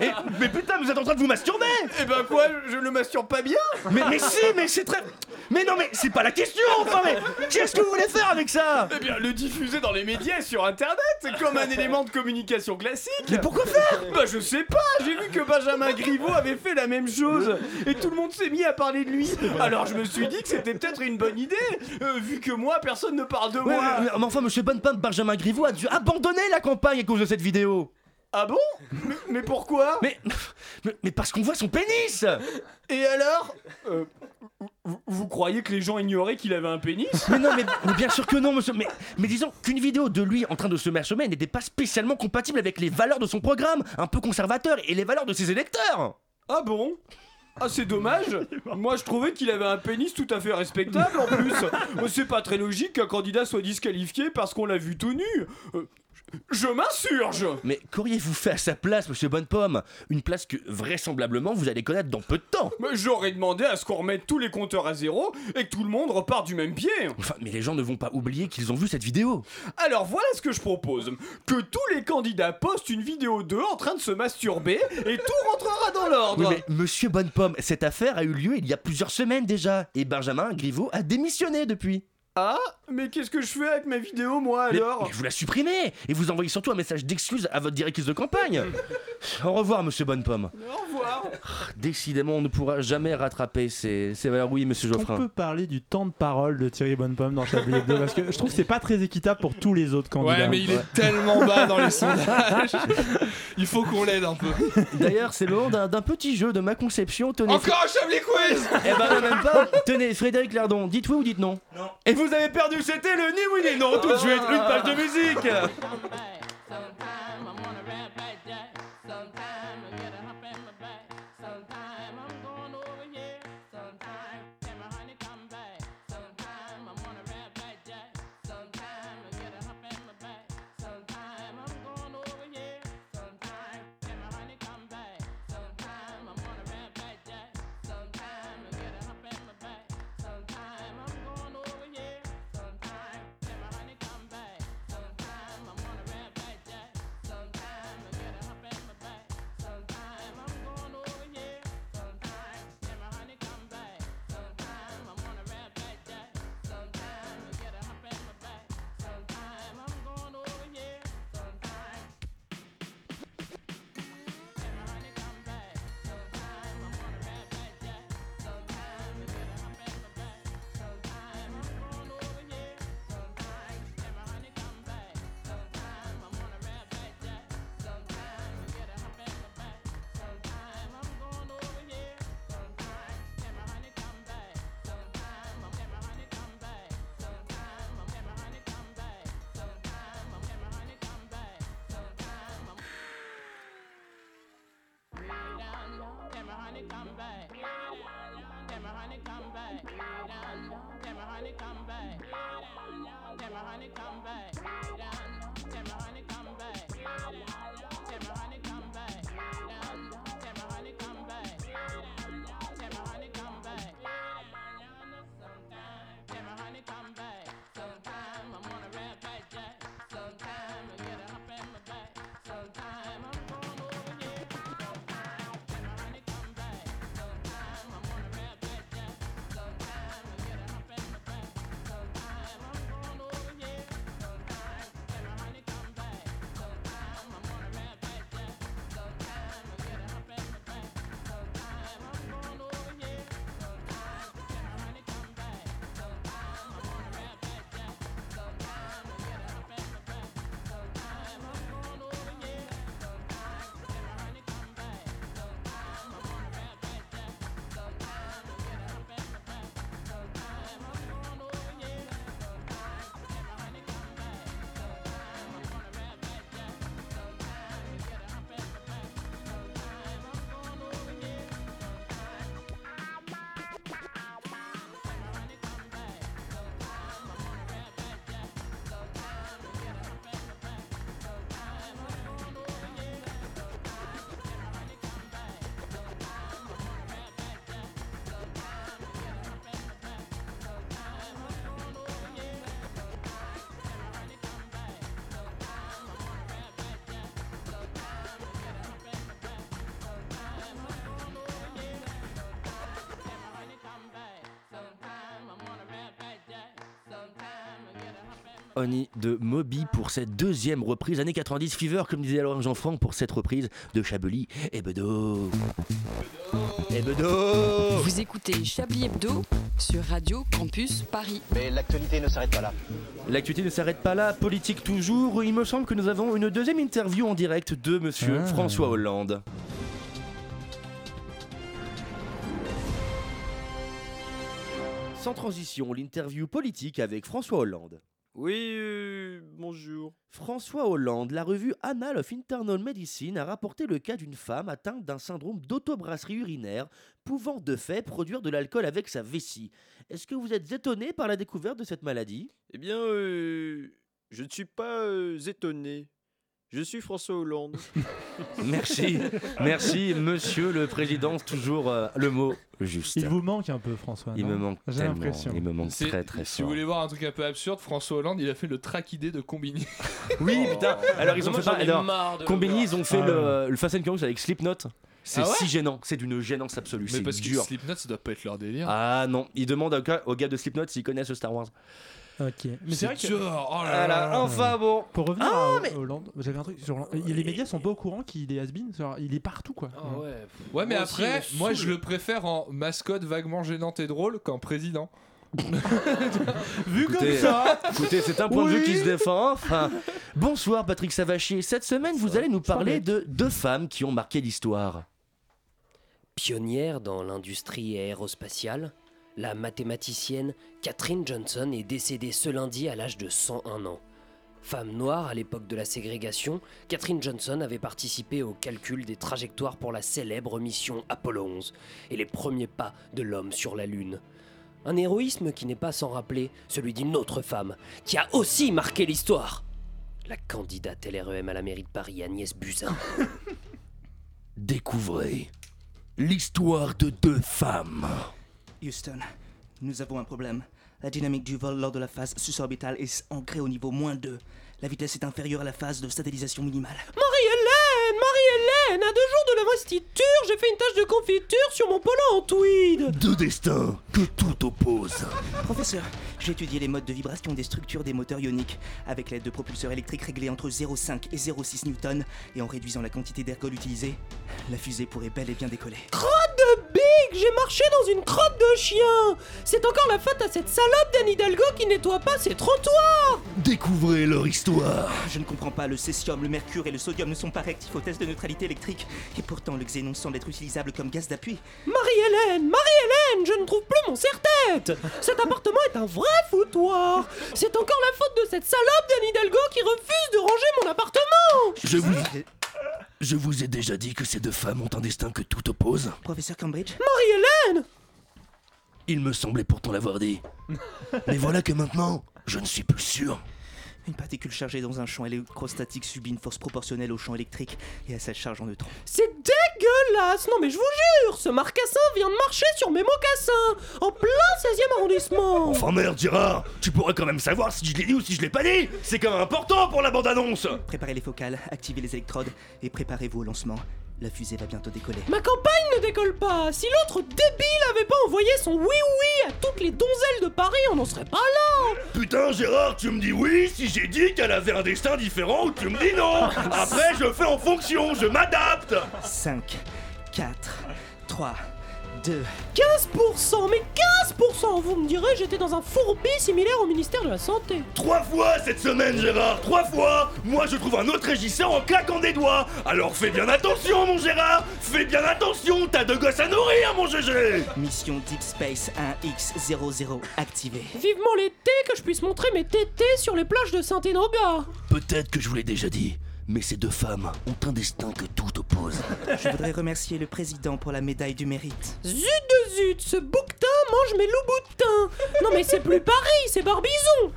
Et, Mais putain, vous êtes en train de vous masturber
Eh ben quoi, je ne masturbe pas bien
Mais, mais si, mais c'est très. Mais non, mais c'est pas la question enfin, mais Qu'est-ce que vous voulez faire avec ça
Eh bien, le diffuser dans les médias et sur internet, c'est comme un élément de communication classique
Mais pourquoi faire
Bah, je sais pas J'ai vu que Benjamin Griveaux avait fait la même chose Et tout le monde s'est mis à parler de lui Alors, je me suis dit que c'était peut-être une bonne idée euh, Vu que moi, personne ne parle de
Ouais,
moi
mais- mais enfin, monsieur Bonnepomme, Benjamin Griveaux a dû abandonner la campagne à cause de cette vidéo
Ah bon mais, mais pourquoi
mais, mais, mais parce qu'on voit son pénis
Et alors Euh, vous, vous croyez que les gens ignoraient qu'il avait un pénis
Mais non, mais, mais bien sûr que non, monsieur. Mais, mais disons qu'une vidéo de lui en train de se semer n'était pas spécialement compatible avec les valeurs de son programme, un peu conservateur, et les valeurs de ses électeurs.
Ah bon ah c'est dommage Moi je trouvais qu'il avait un pénis tout à fait respectable en plus Euh, C'est pas très logique qu'un candidat soit disqualifié parce qu'on l'a vu tout nu Euh, Je m'insurge
Mais qu'auriez-vous fait à sa place, monsieur Bonnepomme Une place que vraisemblablement vous allez connaître dans peu de temps.
Mais J'aurais demandé à ce qu'on remette tous les compteurs à zéro et que tout le monde repart du même pied
Enfin, mais les gens ne vont pas oublier qu'ils ont vu cette vidéo.
Alors voilà ce que je propose Que tous les candidats postent une vidéo d'eux en train de se masturber et tout rentrera dans
Oui,
l'ordre
mais monsieur Bonnepomme, cette affaire a eu lieu il y a plusieurs semaines déjà, et Benjamin Griveaux a démissionné depuis. Ah, mais qu'est-ce que je fais avec ma vidéo, moi,
Mais-
alors
mais vous la supprimez et vous envoyez surtout un message d'excuse à votre directrice de campagne. Au revoir, monsieur Bonnepomme. Ah,
Au revoir.
Décidément, on ne pourra jamais rattraper ces, ces valeurs. Oui, monsieur
On peut
Geoffrin.
parler du temps de parole de Thierry Bonnepomme dans Chablis Hebdo parce que je trouve que c'est pas très équitable pour tous les autres candidats.
Ouais, mais il est tellement bas dans les sondages. Il faut qu'on l'aide un peu.
D'ailleurs, c'est le moment d'un d'un petit jeu de ma conception. Tenez,
Encore un Chablis Quiz
Eh ben, non, même pas. Tenez, Frédéric Lardon, dites oui ou dites non. Non.
Et vous avez perdu, c'était le ni oui ni non, tout de suite, une page de musique
Oni de Moby pour cette deuxième reprise. Années 90 Fever, comme disait alors Jean-Franck, pour cette reprise de Chablis et Bedo. Et Bedo
Vous écoutez Chablis Hebdo sur Radio Campus Paris.
Mais l'actualité ne s'arrête pas là.
L'actualité ne s'arrête pas là, politique toujours. Il me semble que nous avons une deuxième interview en direct de monsieur
Ah.
François Hollande. Sans transition, l'interview politique avec François Hollande.
Oui, euh, bonjour.
François Hollande, la revue Annal of Internal Medicine a rapporté le cas d'une femme atteinte d'un syndrome d'autobrasserie urinaire, pouvant de fait produire de l'alcool avec sa vessie. Est-ce que vous êtes étonné par la découverte de cette maladie
Eh bien, euh, je ne suis pas euh, étonné. Je suis François Hollande.
Merci, merci, monsieur le président, toujours euh, le mot juste.
Il vous manque un peu, François.
Il
non
me manque
J'ai
tellement,
l'impression.
il me manque
C'est-
très très
Si vous
fort.
voulez voir un truc un peu absurde, François Hollande, il a fait le traquidé de Combini.
Oui, putain, alors ils ont
Ah Moi,
fait pas.
j'en ai marre
Alors,
de
Combini,
Uber.
ils ont fait
Ah,
le, le Fast and Furious avec Slipknot. C'est
Ah ouais
si gênant, c'est d'une gênance absolue.
Mais
c'est
parce que
dur.
Slipknot, ça doit pas être leur délire.
Ah non, il demande au gars, au gars de Slipknot s'ils connaissent Star Wars.
Ok. Mais
C'est
c'est vrai que.
dur. Oh là là là.
euh,
bon.
Pour revenir
Ah,
à Ho-
mais-
Hollande, j'avais un truc. Genre, les médias sont pas au courant qu'il est has-been. genre, Il est partout quoi.
ouais.
Ah Ouais, mais
Moi aussi,
après,
il me
moi je
saoule.
le préfère en mascotte vaguement gênante et drôle qu'en président.
Vu
Écoutez,
Écoutez, c'est un point de vue
Oui.
qui se défend. Enfin, bonsoir Patrick Savachier. Cette semaine, vous allez nous parler de deux femmes qui ont marqué l'histoire.
Pionnière dans l'industrie aérospatiale, la mathématicienne Katherine Johnson est décédée ce lundi à l'âge de 101 ans. Femme noire à l'époque de la ségrégation, Katherine Johnson avait participé au calcul des trajectoires pour la célèbre mission Apollo 11 et les premiers pas de l'homme sur la Lune. Un héroïsme qui n'est pas sans rappeler celui d'une autre femme, qui a aussi marqué l'histoire. La candidate LREM à la mairie de Paris, Agnès Buzyn.
Découvrez l'histoire de deux femmes.
Houston, nous avons un problème. La dynamique du vol lors de la phase susorbitale est ancrée au niveau moins 2. La vitesse est inférieure à la phase de stabilisation minimale.
Marie-Hélène Marie-Hélène À deux jours de la l'investiture, j'ai fait une tache de confiture sur mon polo en tweed
Deux destins que tout oppose.
Professeur, j'ai étudié les modes de vibration des structures des moteurs ioniques avec l'aide de propulseurs électriques réglés entre 0,5 et 0,6 newton et en réduisant la quantité d'ergol utilisée, la fusée pourrait bel et bien décoller.
Crotte de big J'ai marché dans une crotte de chien C'est encore la faute à cette salope d'Anne Hidalgo qui nettoie pas ses trottoirs
Découvrez leur histoire.
Je ne comprends pas, le césium, le mercure et le sodium ne sont pas réactifs aux tests de neutralité électrique et pourtant le xénon semble être utilisable comme gaz d'appui.
Marie-Hélène Marie-Hélène Je ne trouve plus mon serre-tête Cet appartement est un vrai foutoir C'est encore la faute de cette salope d'Anne Hidalgo qui refuse de ranger mon appartement
Je vous,
Ah.
je vous ai déjà dit que ces deux femmes ont un destin que tout oppose.
Professeur Cambridge
Marie-Hélène
Il me semblait pourtant l'avoir dit. Mais voilà que maintenant, je ne suis plus sûr.
Une particule chargée dans un champ électrostatique subit une force proportionnelle au champ électrique et à sa charge en neutrons.
C'est dégueulasse Non mais je vous jure Ce marcassin vient de marcher sur mes mocassins En plein 16e arrondissement
Enfin merde, Gérard, tu pourrais quand même savoir si je l'ai dit ou si je l'ai pas dit. C'est quand même important pour la bande-annonce.
Préparez les focales, activez les électrodes et préparez-vous au lancement. La fusée va bientôt décoller.
Ma campagne ne décolle pas Si l'autre débile avait pas envoyé son oui-oui à toutes les donzelles de Paris, on n'en serait pas là
Putain, Gérard, tu me dis oui si j'ai dit qu'elle avait un destin différent ou tu me dis non. Après, je fais en fonction, je m'adapte.
5, 4, 3, 2.
15% Mais 15% Vous me direz, j'étais dans un fourbi similaire au ministère de la Santé
Trois fois cette semaine, Gérard, trois fois Moi, je trouve un autre régisseur en claquant des doigts Alors fais bien attention, mon Gérard Fais bien attention, t'as deux gosses à nourrir, mon GG
Mission Deep Space 1X00 activée.
Vivement l'été que je puisse montrer mes tétés sur les plages de Saint-Hénoga
Peut-être que je vous l'ai déjà dit, mais ces deux femmes ont un destin que tout oppose.
Je voudrais remercier le président pour la médaille du mérite.
Zut de zut Ce bouquetin mange mes loups-boutins Non mais c'est plus Paris, c'est Barbizon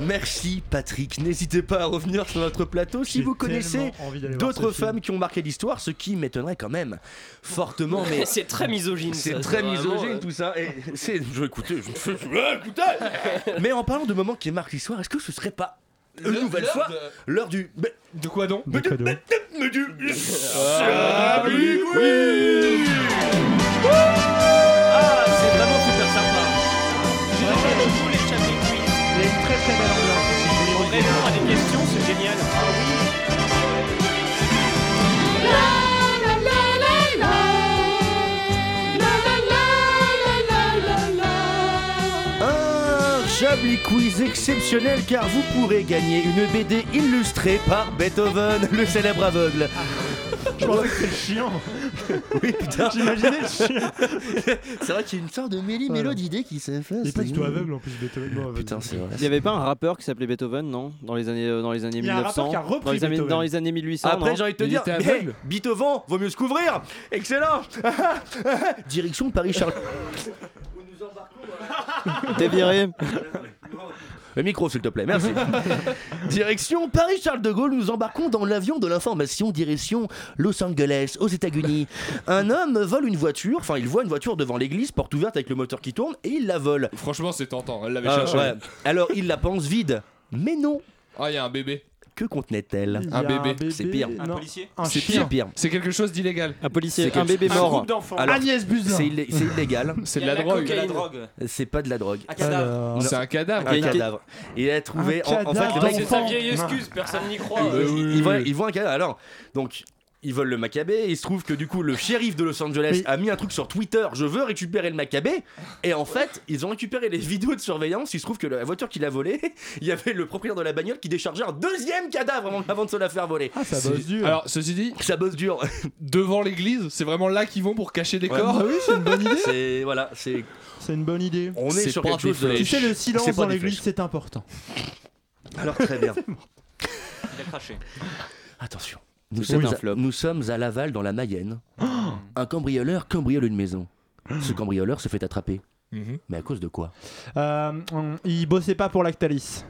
Merci, Patrick. N'hésitez pas à revenir sur notre plateau si
J'ai
vous connaissez
tellement envie d'aller voir
d'autres
ce film.
femmes qui ont marqué l'histoire, ce qui m'étonnerait quand même fortement, mais...
C'est très misogyne, ça,
C'est
c'est
très
vraiment, euh.
misogyne, tout ça. Et c'est... Je écoutez, je me fais... ah, Écoutez Mais en parlant de moments qui marquent l'histoire, est-ce que ce serait pas une
Le-
nouvelle
l'heure
fois
de-
l'heure du...
De quoi donc
Mais du... mais- mais du...
Chablis
Quiz Ah, c'est vraiment super sympa
J'ai de vous les Chablis Quiz Il y a une très très belle ambiance Pour répondre à des questions, c'est génial
Un Chablis Quiz exceptionnel car vous pourrez gagner une BD illustrée par Beethoven, le célèbre aveugle.
Je pensais que c'était le chien.
Oui, putain.
J'imaginais le chien.
C'est vrai qu'il y a une sorte de méli-mélodie dès qui s'est fait.
Il est pas du tout aveugle en plus, Beethoven. Non, aveugle.
Putain, c'est vrai.
Il n'y avait pas un rappeur qui s'appelait Beethoven, non Dans les années, euh, dans les années
Il y a un
1900
rappeur qui a repris
dans, les années,
Beethoven.
dans les années 1800.
Après,
non
j'ai envie de
Eh,
te dire, hey, Beethoven, vaut mieux se couvrir. Excellent. Direction Paris-Charles.
T'es viré.
Le micro, s'il te plaît, merci. direction Paris-Charles de Gaulle, nous embarquons dans l'avion de l'information, direction Los Angeles, aux États-Unis. Un homme vole une voiture, enfin, il voit une voiture devant l'église, porte ouverte avec le moteur qui tourne, et il la vole.
Franchement, c'est tentant. Elle l'avait
Ah,
cherché.
ouais. Alors, il la pense vide, mais non.
Ah, il y a un bébé.
que contenait-elle
Il y a Un bébé. un bébé,
C'est pire.
Un non, policier un
C'est
chien.
pire. pire.
C'est quelque chose d'illégal. Un policier,
C'est
un
quelque-
bébé Un mort. groupe d'enfants.
Alors,
Agnès Buzyn.
C'est illé- c'est illégal.
C'est de Il y a la la drogue. cocaïne. De la drogue.
C'est pas de la drogue.
Un cadavre. Alors- C'est un cadavre.
Un cadavre. Il a trouvé.
Un
en- en, fait,
cadavre
le mec-
C'est sa vieille excuse, personne n'y
Bah
croit.
ils, euh, ils- ils voient, ils voient un cadavre. Alors, donc. Ils veulent le Maccabée, et il se trouve que du coup le shérif de Los Angeles a mis un truc sur Twitter, je veux récupérer le Maccabée, et en fait ils ont récupéré les vidéos de surveillance, il se trouve que la voiture qu'il a volée, il y avait le propriétaire de la bagnole qui déchargeait un deuxième cadavre avant, avant de se la faire voler. Ah
C'est- Alors, ceci dit,
ça bosse dur.
devant l'église, c'est vraiment là qu'ils vont pour cacher des
Ouais.
corps.
Bah oui, c'est
une
bonne idée. C'est voilà, c'est
C'est une bonne idée.
On est
C'est
sur
pas
quelque
des
chose de-
flèches. Tu sais, le silence
C'est pas
dans
des
l'église,
flèches.
c'est important.
alors très bien.
Il a craché.
Attention. Nous
Oui,
sommes,
un
à, nous sommes à Laval dans la Mayenne. un cambrioleur cambriole une maison. Ce cambrioleur se fait attraper.
Mhm.
Mais à cause de quoi
Euh, on- il bossait pas pour Lactalis.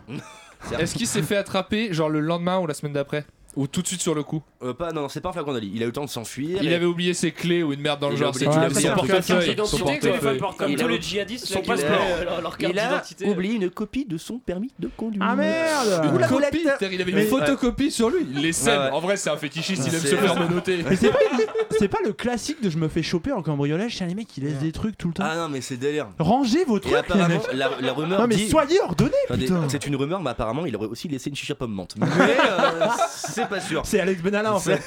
Est-ce qu'il s'est fait attraper genre le lendemain ou la semaine d'après Ou tout de suite sur le coup
Euh, pas, Non, non, c'est pas un flagrant délit. Il a eu le temps de s'enfuir.
Il
et-
avait oublié ses clés ou une merde dans le
Il a
genre. C'est qu'il
oublié tout.
avait son
Ah, quelqu'un qui
portefeuille.
identifie
Son
quoi,
portefeuille.
enfin,
Comme
Il
tous
a-
les djihadistes,
son
là, qui
passeport.
ont leur- leur carte
Il a
d'identité.
oublié une copie de son permis de conduire.
Ah merde
Mmh. Une
Oula,
copie,
boulette.
c'est-à-dire, il avait une
Mais-
photocopie sur lui. Il les sème.
Ouais, ouais.
En vrai, euh, c'est un fétichiste, il aime
C'est-
se faire menoter.
Mais c'est pas, c'est pas le classique de je me fais choper en cambriolage. Tiens, les mecs, ils laissent des trucs tout le temps.
Ah non, mais c'est délire.
Rangez vos
Et
trucs, les
apparemment,
mecs.
la, la rumeur
Non, mais
dit-
soyez ordonnés,
Attendez,
putain.
C'est une rumeur, mais apparemment, il aurait aussi laissé une chicha pomme menthe. Mais euh, c'est pas sûr.
C'est Alex Benalla en fait.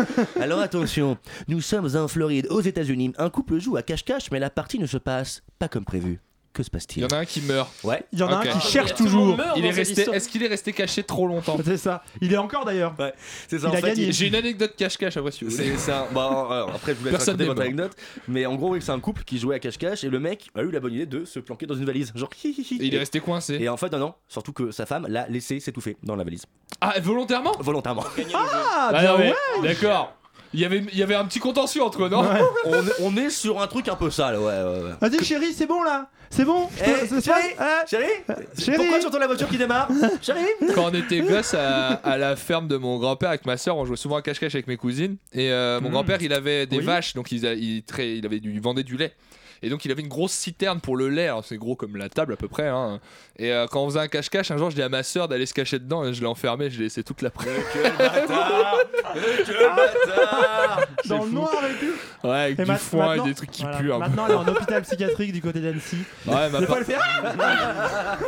Alors attention, nous sommes en Floride, aux États-Unis. Un couple joue à cache-cache, mais la partie ne se passe pas comme prévu. Que se
Il
passe-t-il
y en a un qui meurt.
Ouais.
Il y en a
Ok.
un qui cherche toujours.
Il est resté. Est-ce qu'il est resté caché trop longtemps
C'est ça. Il est encore d'ailleurs.
C'est ça,
Il
en
a
fait,
gagné.
il-
J'ai une anecdote cache-cache après si vous voulez.
C'est ça. Bah, alors, après, je vous laisse
Personne
raconter
n'est
votre
mort.
anecdote. Mais en gros, oui, c'est un couple qui jouait à cache-cache et le mec a eu la bonne idée de se planquer dans une valise. Genre, hi, hi, hi.
Et il est resté coincé.
Et en fait, non, non. Surtout que sa femme l'a laissé s'étouffer dans la valise.
Ah, volontairement
Volontairement.
Ah,
bien
non, mais-
ouais.
D'accord. Il y avait, il y avait un petit contentieux entre eux, non
on, on est sur un truc un peu
Ah,
sale, ouais, ouais, ouais.
Vas-y, chérie, c'est bon là. C'est bon. Je te-
Eh,
c'est-
chérie, chérie,
chérie.
pourquoi tu entends la voiture qui démarre Chérie
Quand on était gosse à, à la ferme de mon grand-père avec ma soeur, on jouait souvent à cache-cache avec mes cousines. Et euh, mon
Mmh.
grand-père, il avait des
Oui.
vaches, donc il, a- il trait- il avait du, il vendait du lait. Et donc il avait une grosse citerne pour le lait, alors c'est gros comme la table à peu près. hein. Et euh, quand on faisait un cache-cache, un jour je dis à ma soeur d'aller se cacher dedans, et je l'ai enfermé, je l'ai laissé toute l'après.
Dans le
fou.
noir et tout.
Ouais, avec du
ma-
foin et
maintenant-
des trucs qui
voilà.
puent. hein. un peu.
Maintenant, elle est en hôpital psychiatrique du côté d'Annecy.
Ouais, ma
Des
part-
fois, elle fait, Ah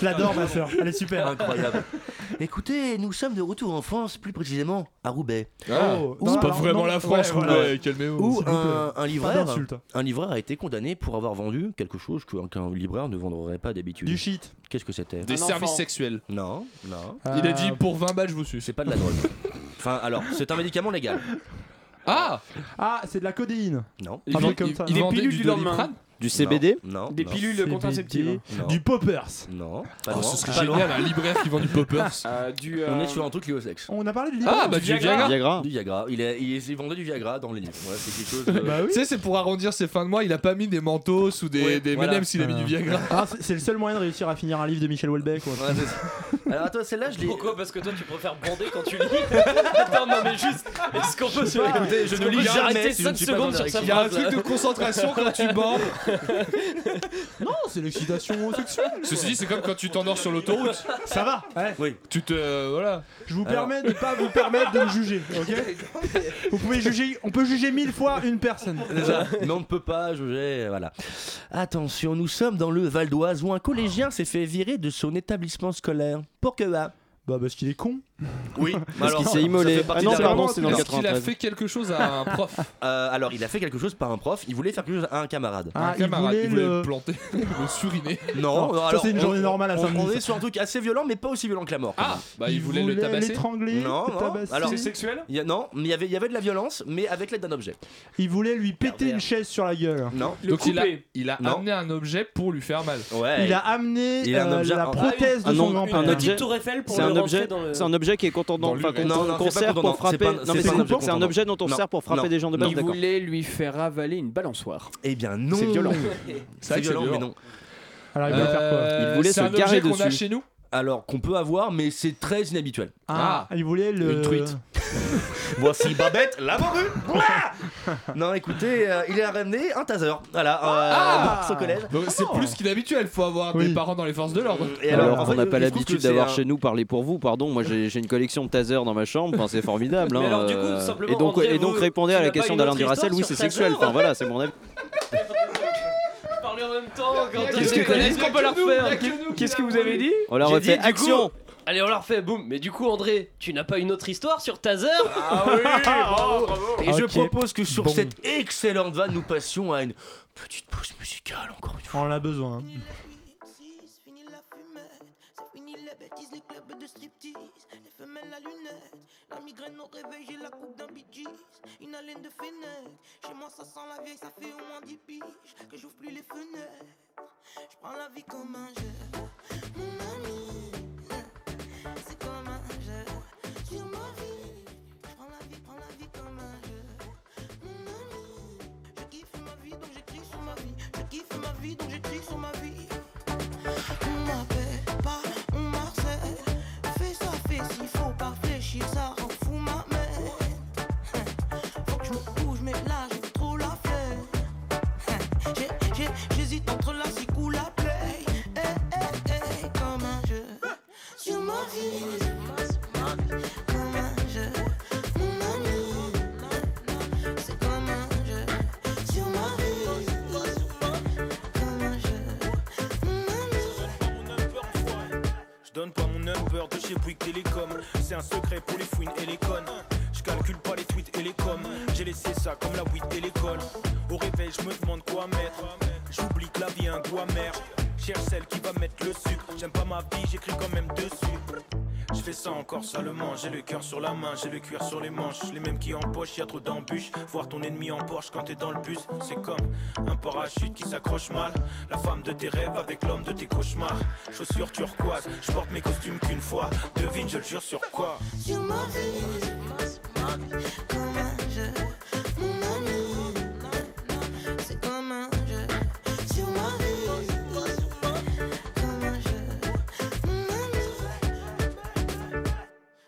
Je l'adore, ma soeur. Elle est super.
Incroyable. Écoutez, nous sommes de retour en France, plus précisément à Roubaix.
Ah,
Où-
c'est pas vraiment la France, Roubaix, calmez-vous.
Où
S'il vous
un,
plaît.
un
Pas
livreur,
d'insultes.
un livreur a été condamné pour avoir vendu quelque chose que- qu'un livreur ne vendrait pas d'habitude.
Du shit.
Qu'est-ce que c'était
Des Un services enfant. sexuels.
Non, non.
Il a dit pour 20 balles, je vous suis.
C'est pas de la drogue. enfin, alors, c'est un médicament légal.
Ah
Ah, c'est de la codéine.
Non.
Un truc comme ça.
il Des vendait pilules du du lendemain. Doliprane
Du
CBD
Non.
Des
non.
pilules
CBD.
contraceptives
Non.
Du poppers.
Non.
Oh,
Pas loin.
ce serait
pas
génial,
loin.
un libraire qui vend du poppers.
Euh, du, euh,
On est sur un truc lié au sexe.
On a parlé de
Ah, bah, du Viagra.
Du Viagra. Il, est, il, il vendait du Viagra dans les livres. Ouais, c'est quelque chose.
Bah
de-
Tu sais, c'est pour arrondir ses fins de mois, il a pas mis des Mentos ou des,
Ouais,
des
voilà. Euh.
M&M's, il a mis du Viagra.
Ah, c'est- c'est le seul moyen de réussir à finir un livre de Michel Houellebecq. quoi.
Alors attends, celle-là, je l'ai.
Pourquoi Parce que toi, tu préfères bander quand tu lis
Ah
Attends, non, mais juste, est-ce qu'on peut se.
Écoutez, je
est-ce
ne
qu'on
lis
peut
jamais
s'arrêter
si je
5
ne suis pas
secondes
dans
sur sa
Il y a un
phrase,
truc de
là
concentration quand tu bandes.
Non, c'est l'excitation sexuelle.
Ceci dit, c'est comme quand tu t'endors sur l'autoroute.
Ça va
Oui.
Tu te. euh, voilà.
Je vous
Alors-
permets de pas vous permettre de me juger, ok Vous pouvez juger, on peut juger mille fois une personne.
Déjà, mais on ne peut pas juger, voilà. Attention, nous sommes dans le Val d'Oise où un collégien s'est fait virer de son établissement scolaire. Pour que va
Bah parce qu'il est con.
Oui,
Parce qu'il s'est immolé.
ça fait partie
Ah non,
de la-
pardon, c'est dans le
Est-ce qu'il a
93.
Fais quelque chose à un prof.
Euh, alors, il a fait quelque chose par un prof. Il voulait faire quelque chose à un camarade.
Ah, Un il camarade, voulait il voulait le- le
planter, le suriner.
Non,
Non,
non,
ça,
alors,
c'est une
on-
journée normale à
on-
samedi,
On est
ça.
sur un truc assez violent, mais pas aussi violent que la mort.
Ah, bah, il Il voulait le voulait tabasser
l'étrangler,
Non,
le
non.
tabasser.
Alors,
C'est
sexuel
Non, mais il y avait- il y avait de la violence, mais avec l'aide d'un objet.
Il voulait lui péter une chaise sur la gueule.
Non.
Donc il a, il a
Non.
amené un objet pour lui faire mal.
Ouais.
Il a amené
Il a un
euh,
objet-
la
un-
prothèse de son grand-père.
C'est un objet. C'est un objet qui est
Dans
contendant.
le-
Enfin, qu'on-
Non, non,
qu'on
c'est pas
sert
contendant,
pour
c'est
frapper.
pas- c'est
Non,
pas
mais
un objet
c'est un
contendant.
objet dont on
Non,
sert pour frapper
non,
des gens de
non.
base.
Il
d'accord.
voulait
lui faire avaler une balançoire.
Eh bien non.
C'est violent.
C'est violent, mais non. Euh,
Alors il voulait faire quoi
Euh, Il voulait
c'est
se
un
garer
objet qu'on a
dessus.
chez nous
Alors qu'on peut avoir, mais c'est très inhabituel.
Ah, il voulait le.
Une truite. Voici Babette, la morue. Ouah non, écoutez, euh, il a ramené un taser. Voilà, euh, Marx au collège.
Ah.
Oh.
Donc, C'est plus qu'il habituel, faut avoir des parents dans les forces de l'ordre.
Et
Alors,
alors, en
on
fait,
n'a pas
il hein. se trouve
l'habitude
que c'est
d'avoir
un-
chez nous parler pour vous, pardon. Moi, j'ai j'ai une collection de tasers dans ma chambre, enfin, c'est formidable.
Mais
hein,
alors, du coup,
euh,
simplement,
et donc,
André,
et donc
vous-
répondez à
tu
la
n'as pas
question
une
d'alain
autre
Duracel,
histoire
oui,
sur
c'est sexuel.
taser
Enfin, voilà, c'est mon avis.
Parler en
Ah,
même temps quand
Qu'est-ce que- est-ce qu'on peut la refaire
Qu'est-ce que vous avez dit
On la
J'ai
refait.
dit, du
Action
coup- Allez, on la refait, boum. Mais du coup, André, tu n'as pas une autre histoire sur Taser
Ah oui, bravo. Et je
Ok.
propose que sur
Bon.
cette excellente vanne, nous passions à une petite pause musicale encore une
On en a besoin.
Fini les bêtises, les clubs de striptease, les femelles à lunettes, la migraine au réveil, j'ai la coupe d'un bitches, une haleine de fenêtre. Chez moi, ça sent la vieille, ça fait au moins 10 piges que j'ouvre plus les fenêtres. Je prends la vie comme un jeu, mon ami, c'est comme un jeu. Sur ma vie, je prends la vie, prends la vie comme un jeu, mon ami. Je kiffe ma vie, donc j'écris sur ma vie. Je kiffe ma vie, donc j'écris sur ma vie. On m'appelle pas, on marcelle. Fais ça, fais s'il faut pas fléchir, ça rend fou ma mère. Hein. Faut que je me bouge, mais là j'ai trop la flemme. Hein. J'ai- j'ai- J'hésite entre la cic ou la play. Hey, hey, hey, comme un jeu. Sur ma vie, comme un jeu. Mon ami, c'est comme un jeu. Sur ma vie, comme un jeu.
Je donne pas mon number de chez Bouygues Télécom. C'est un secret pour les fouines et les connes. Je calcule pas les tweets et les coms. J'ai laissé ça comme la weed et l'école. Au réveil, je me demande quoi mettre. J'oublie que la vie a un goût amer. Cherche celle qui va mettre le sucre. J'aime pas ma vie, j'écris quand même dessus. Je fais ça encore salement, j'ai le cœur sur la main, j'ai le cuir sur les manches. Les mêmes qui empochent, y a trop d'embûches. Voir ton ennemi en Porsche quand t'es dans le bus, c'est comme un parachute qui s'accroche mal. La femme de tes rêves avec l'homme de tes cauchemars. Chaussures turquoises, je porte mes costumes qu'une fois. Devine, je le jure sur quoi
Sur ma vie, comme un jeu, mon ami, c'est comme un jeu. Sur ma vie, comme un jeu, mon ami.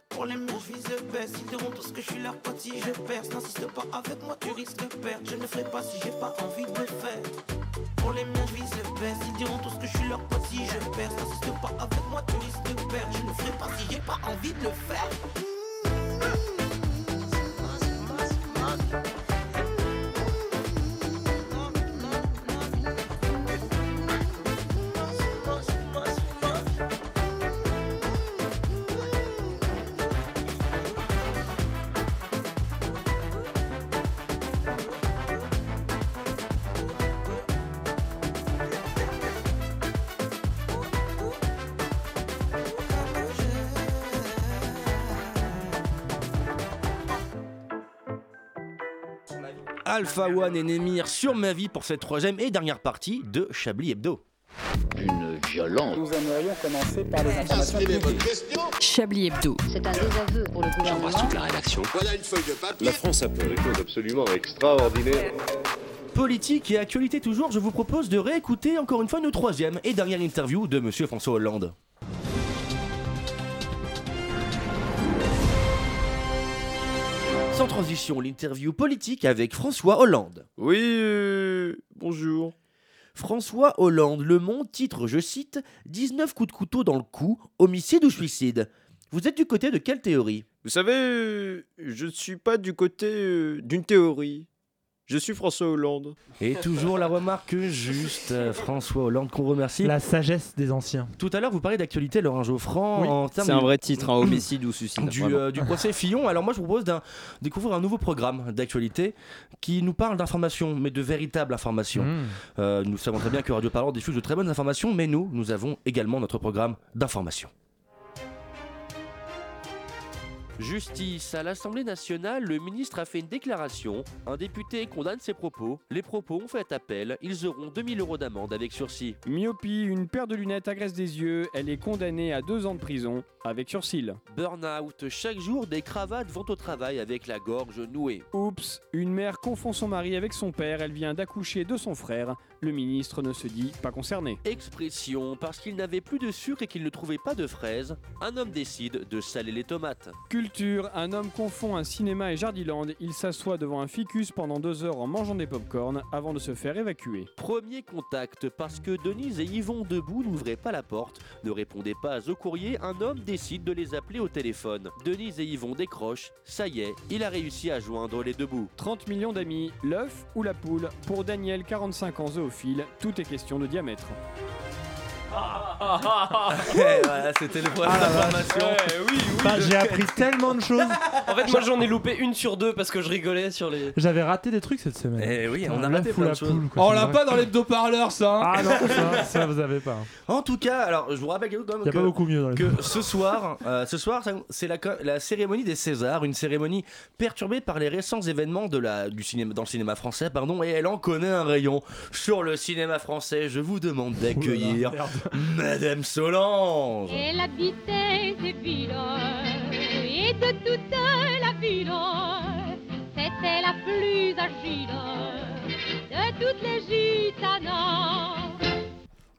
Pour les murs, je vise le best. Ils diront tous que je suis leur pote si je perds. N'insiste pas avec moi, tu risques de perdre. Je ne ferai pas si j'ai pas envie de le faire. Pour les miens, je vise le best. Ils diront tous que je suis leur pote si je perds. N'insiste pas avec moi, tu risques de perdre. Je ne ferai pas si j'ai pas envie de le faire.
Alpha One et Nemir sur ma vie pour cette troisième et dernière partie de Chablis Hebdo. Une violence.
Nous aimerions commencer par les
Chablis Hebdo. C'est un désaveu pour le gouvernement.
la rédaction. Voilà une feuille de papier. La France a fait des choses absolument extraordinaires.
Politique et actualité toujours, je vous propose de réécouter encore une fois notre troisième et dernière interview de Monsieur François Hollande. Sans transition, l'interview politique avec François Hollande. Oui, euh, bonjour. François Hollande, Le Monde titre, je cite, 19 coups de couteau dans le cou, homicide ou suicide. Vous êtes du côté de quelle théorie
Vous savez, euh, je ne suis pas du côté euh, d'une théorie. Je suis François Hollande.
Et toujours la remarque juste, euh, François Hollande, qu'on remercie.
La sagesse des anciens.
Tout à l'heure, vous parlez d'actualité, Laurent Geoffrand.
Oui.
en termes
C'est un
du-
vrai titre,
hein, homicide ou suicide,
Du,
vraiment.
euh, du procès Fillon. Alors, moi, je vous propose d'un- découvrir un nouveau programme d'actualité qui nous parle d'informations, mais de véritables informations. Euh, nous savons très bien que Radio Parlant diffuse de très bonnes informations, mais nous, nous avons également notre programme d'informations. Justice. À l'Assemblée nationale, le ministre a fait une déclaration. Un député condamne ses propos. Les propos ont fait appel. Ils auront 2000 euros d'amende avec sursis.
Myopie, une paire de lunettes agresse des yeux. Elle est condamnée à deux ans de prison avec sursis.
Burnout. Chaque jour, des cravates vont au travail avec la gorge nouée.
Oups, une mère confond son mari avec son père. Elle vient d'accoucher de son frère. Le ministre ne se dit pas concerné.
Expression. Parce qu'il n'avait plus de sucre et qu'il ne trouvait pas de fraises, un homme décide de saler les tomates.
Culture
futur, un homme confond un cinéma et Jardiland. Il s'assoit devant un ficus pendant deux heures en mangeant des pop-corn avant de se faire évacuer.
Premier contact, parce que Denise et Yvon debout n'ouvraient pas la porte. Ne répondaient pas au courrier, un homme décide de les appeler au téléphone. Denise et Yvon décrochent, ça y est, il a réussi à joindre les debout.
30 millions d'amis, l'œuf ou la poule Pour Daniel, 45 ans zoophile, tout est question de diamètre.
Ah, Ouais, Eh, voilà, c'était le point
Ah, Eh
de
la
l'information.
vache.
oui,
Bah, j'ai appris tellement de choses.
En fait, moi j'en ai loupé une sur deux parce que je rigolais sur les.
J'avais raté des trucs cette semaine.
Eh oui,
Putain,
on a
l'œuf
raté
ou
plein
la
de choses.
poule, quoi,
Oh,
c'est
on l'a
vrai.
pas dans l'hebdo-parleur, ça, hein.
Ah non, ça, ça, vous avez pas. hein.
En tout cas, alors je vous rappelle quelque chose quand même
Y a
que-
pas beaucoup mieux dans les
que ce soir, euh, ce soir, ça- c'est la, co- la cérémonie des Césars, une cérémonie perturbée par les récents événements de la, du cinéma, dans le cinéma français, pardon, et elle en connaît un rayon sur le cinéma français. Je vous demande d'accueillir Madame Solange.
Elle habitait ces villes et de toute la ville, c'était la plus agile de toutes les gitanes.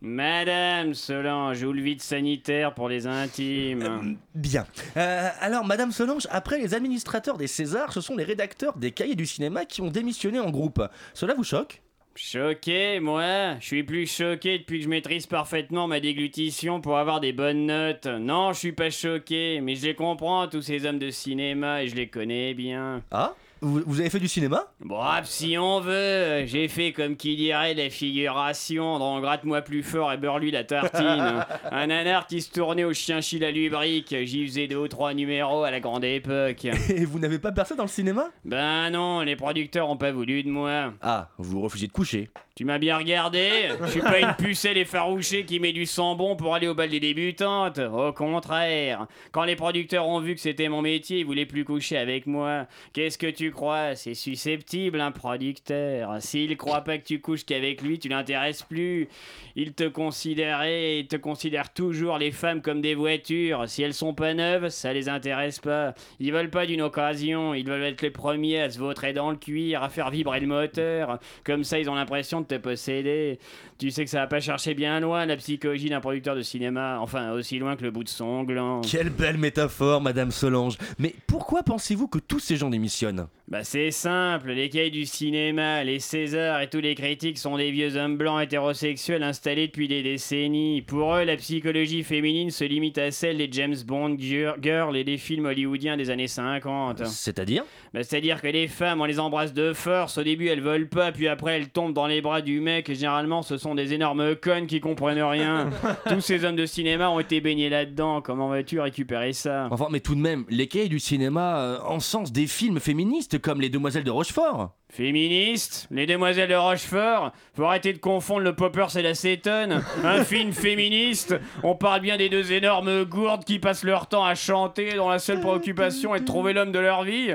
Madame Solange, ou le vide sanitaire pour les intimes.
Bien. Euh, alors, Madame Solange, après les administrateurs des Césars, ce sont les rédacteurs des cahiers du cinéma qui ont démissionné en groupe. Cela vous choque
Choqué, moi Je suis plus choqué depuis que je maîtrise parfaitement ma déglutition pour avoir des bonnes notes. Non, je suis pas choqué, mais je les comprends, tous ces hommes de cinéma, et je les connais bien.
Ah vous, vous avez fait du cinéma
Bon, ah, si on veut, j'ai fait comme qui dirait de la figuration, donc gratte-moi plus fort et beurre-lui la tartine. Un nanar qui se tournait au chien la lubrique, j'y faisais deux ou trois numéros à la grande époque.
Et vous n'avez pas percé dans le cinéma
Ben non, les producteurs ont pas voulu de moi.
Ah, vous refusez de coucher.
Tu m'as bien regardé Je suis pas une pucelle effarouchée qui met du sang bon pour aller au bal des débutantes. Au contraire. Quand les producteurs ont vu que c'était mon métier, ils voulaient plus coucher avec moi. Qu'est-ce que tu crois C'est susceptible, un producteur. S'il croit pas que tu couches qu'avec lui, tu l'intéresses plus. Il te considérait, il te considère toujours les femmes comme des voitures. Si elles sont pas neuves, ça les intéresse pas. Ils veulent pas d'une occasion. Ils veulent être les premiers à se vautrer dans le cuir, à faire vibrer le moteur. Comme ça, ils ont l'impression de te posséder. Tu sais que ça va pas chercher bien loin la psychologie d'un producteur de cinéma. Enfin, aussi loin que le bout de son gland.
Quelle belle métaphore, Madame Solange. Mais pourquoi pensez-vous que tous ces gens démissionnent
Bah c'est simple, les cahiers du cinéma, les Césars et tous les critiques sont des vieux hommes blancs hétérosexuels installés depuis des décennies. Pour eux, la psychologie féminine se limite à celle des James Bond gir- girls et des films hollywoodiens des années 50.
Euh, C'est-à-dire
Bah, C'est-à-dire que les femmes, on les embrasse de force, au début elles veulent pas, puis après elles tombent dans les bras du mec, et généralement ce sont des énormes connes qui comprennent rien. Tous ces hommes de cinéma ont été baignés là-dedans, comment vas-tu récupérer ça
Enfin, mais tout de même, les cahiers du cinéma euh, encensent des films féministes comme Les Demoiselles de Rochefort.
Féministe Les Demoiselles de Rochefort Faut arrêter de confondre le poppers et la cétone Un film féministe On parle bien des deux énormes gourdes qui passent leur temps à chanter dont la seule préoccupation est de trouver l'homme de leur vie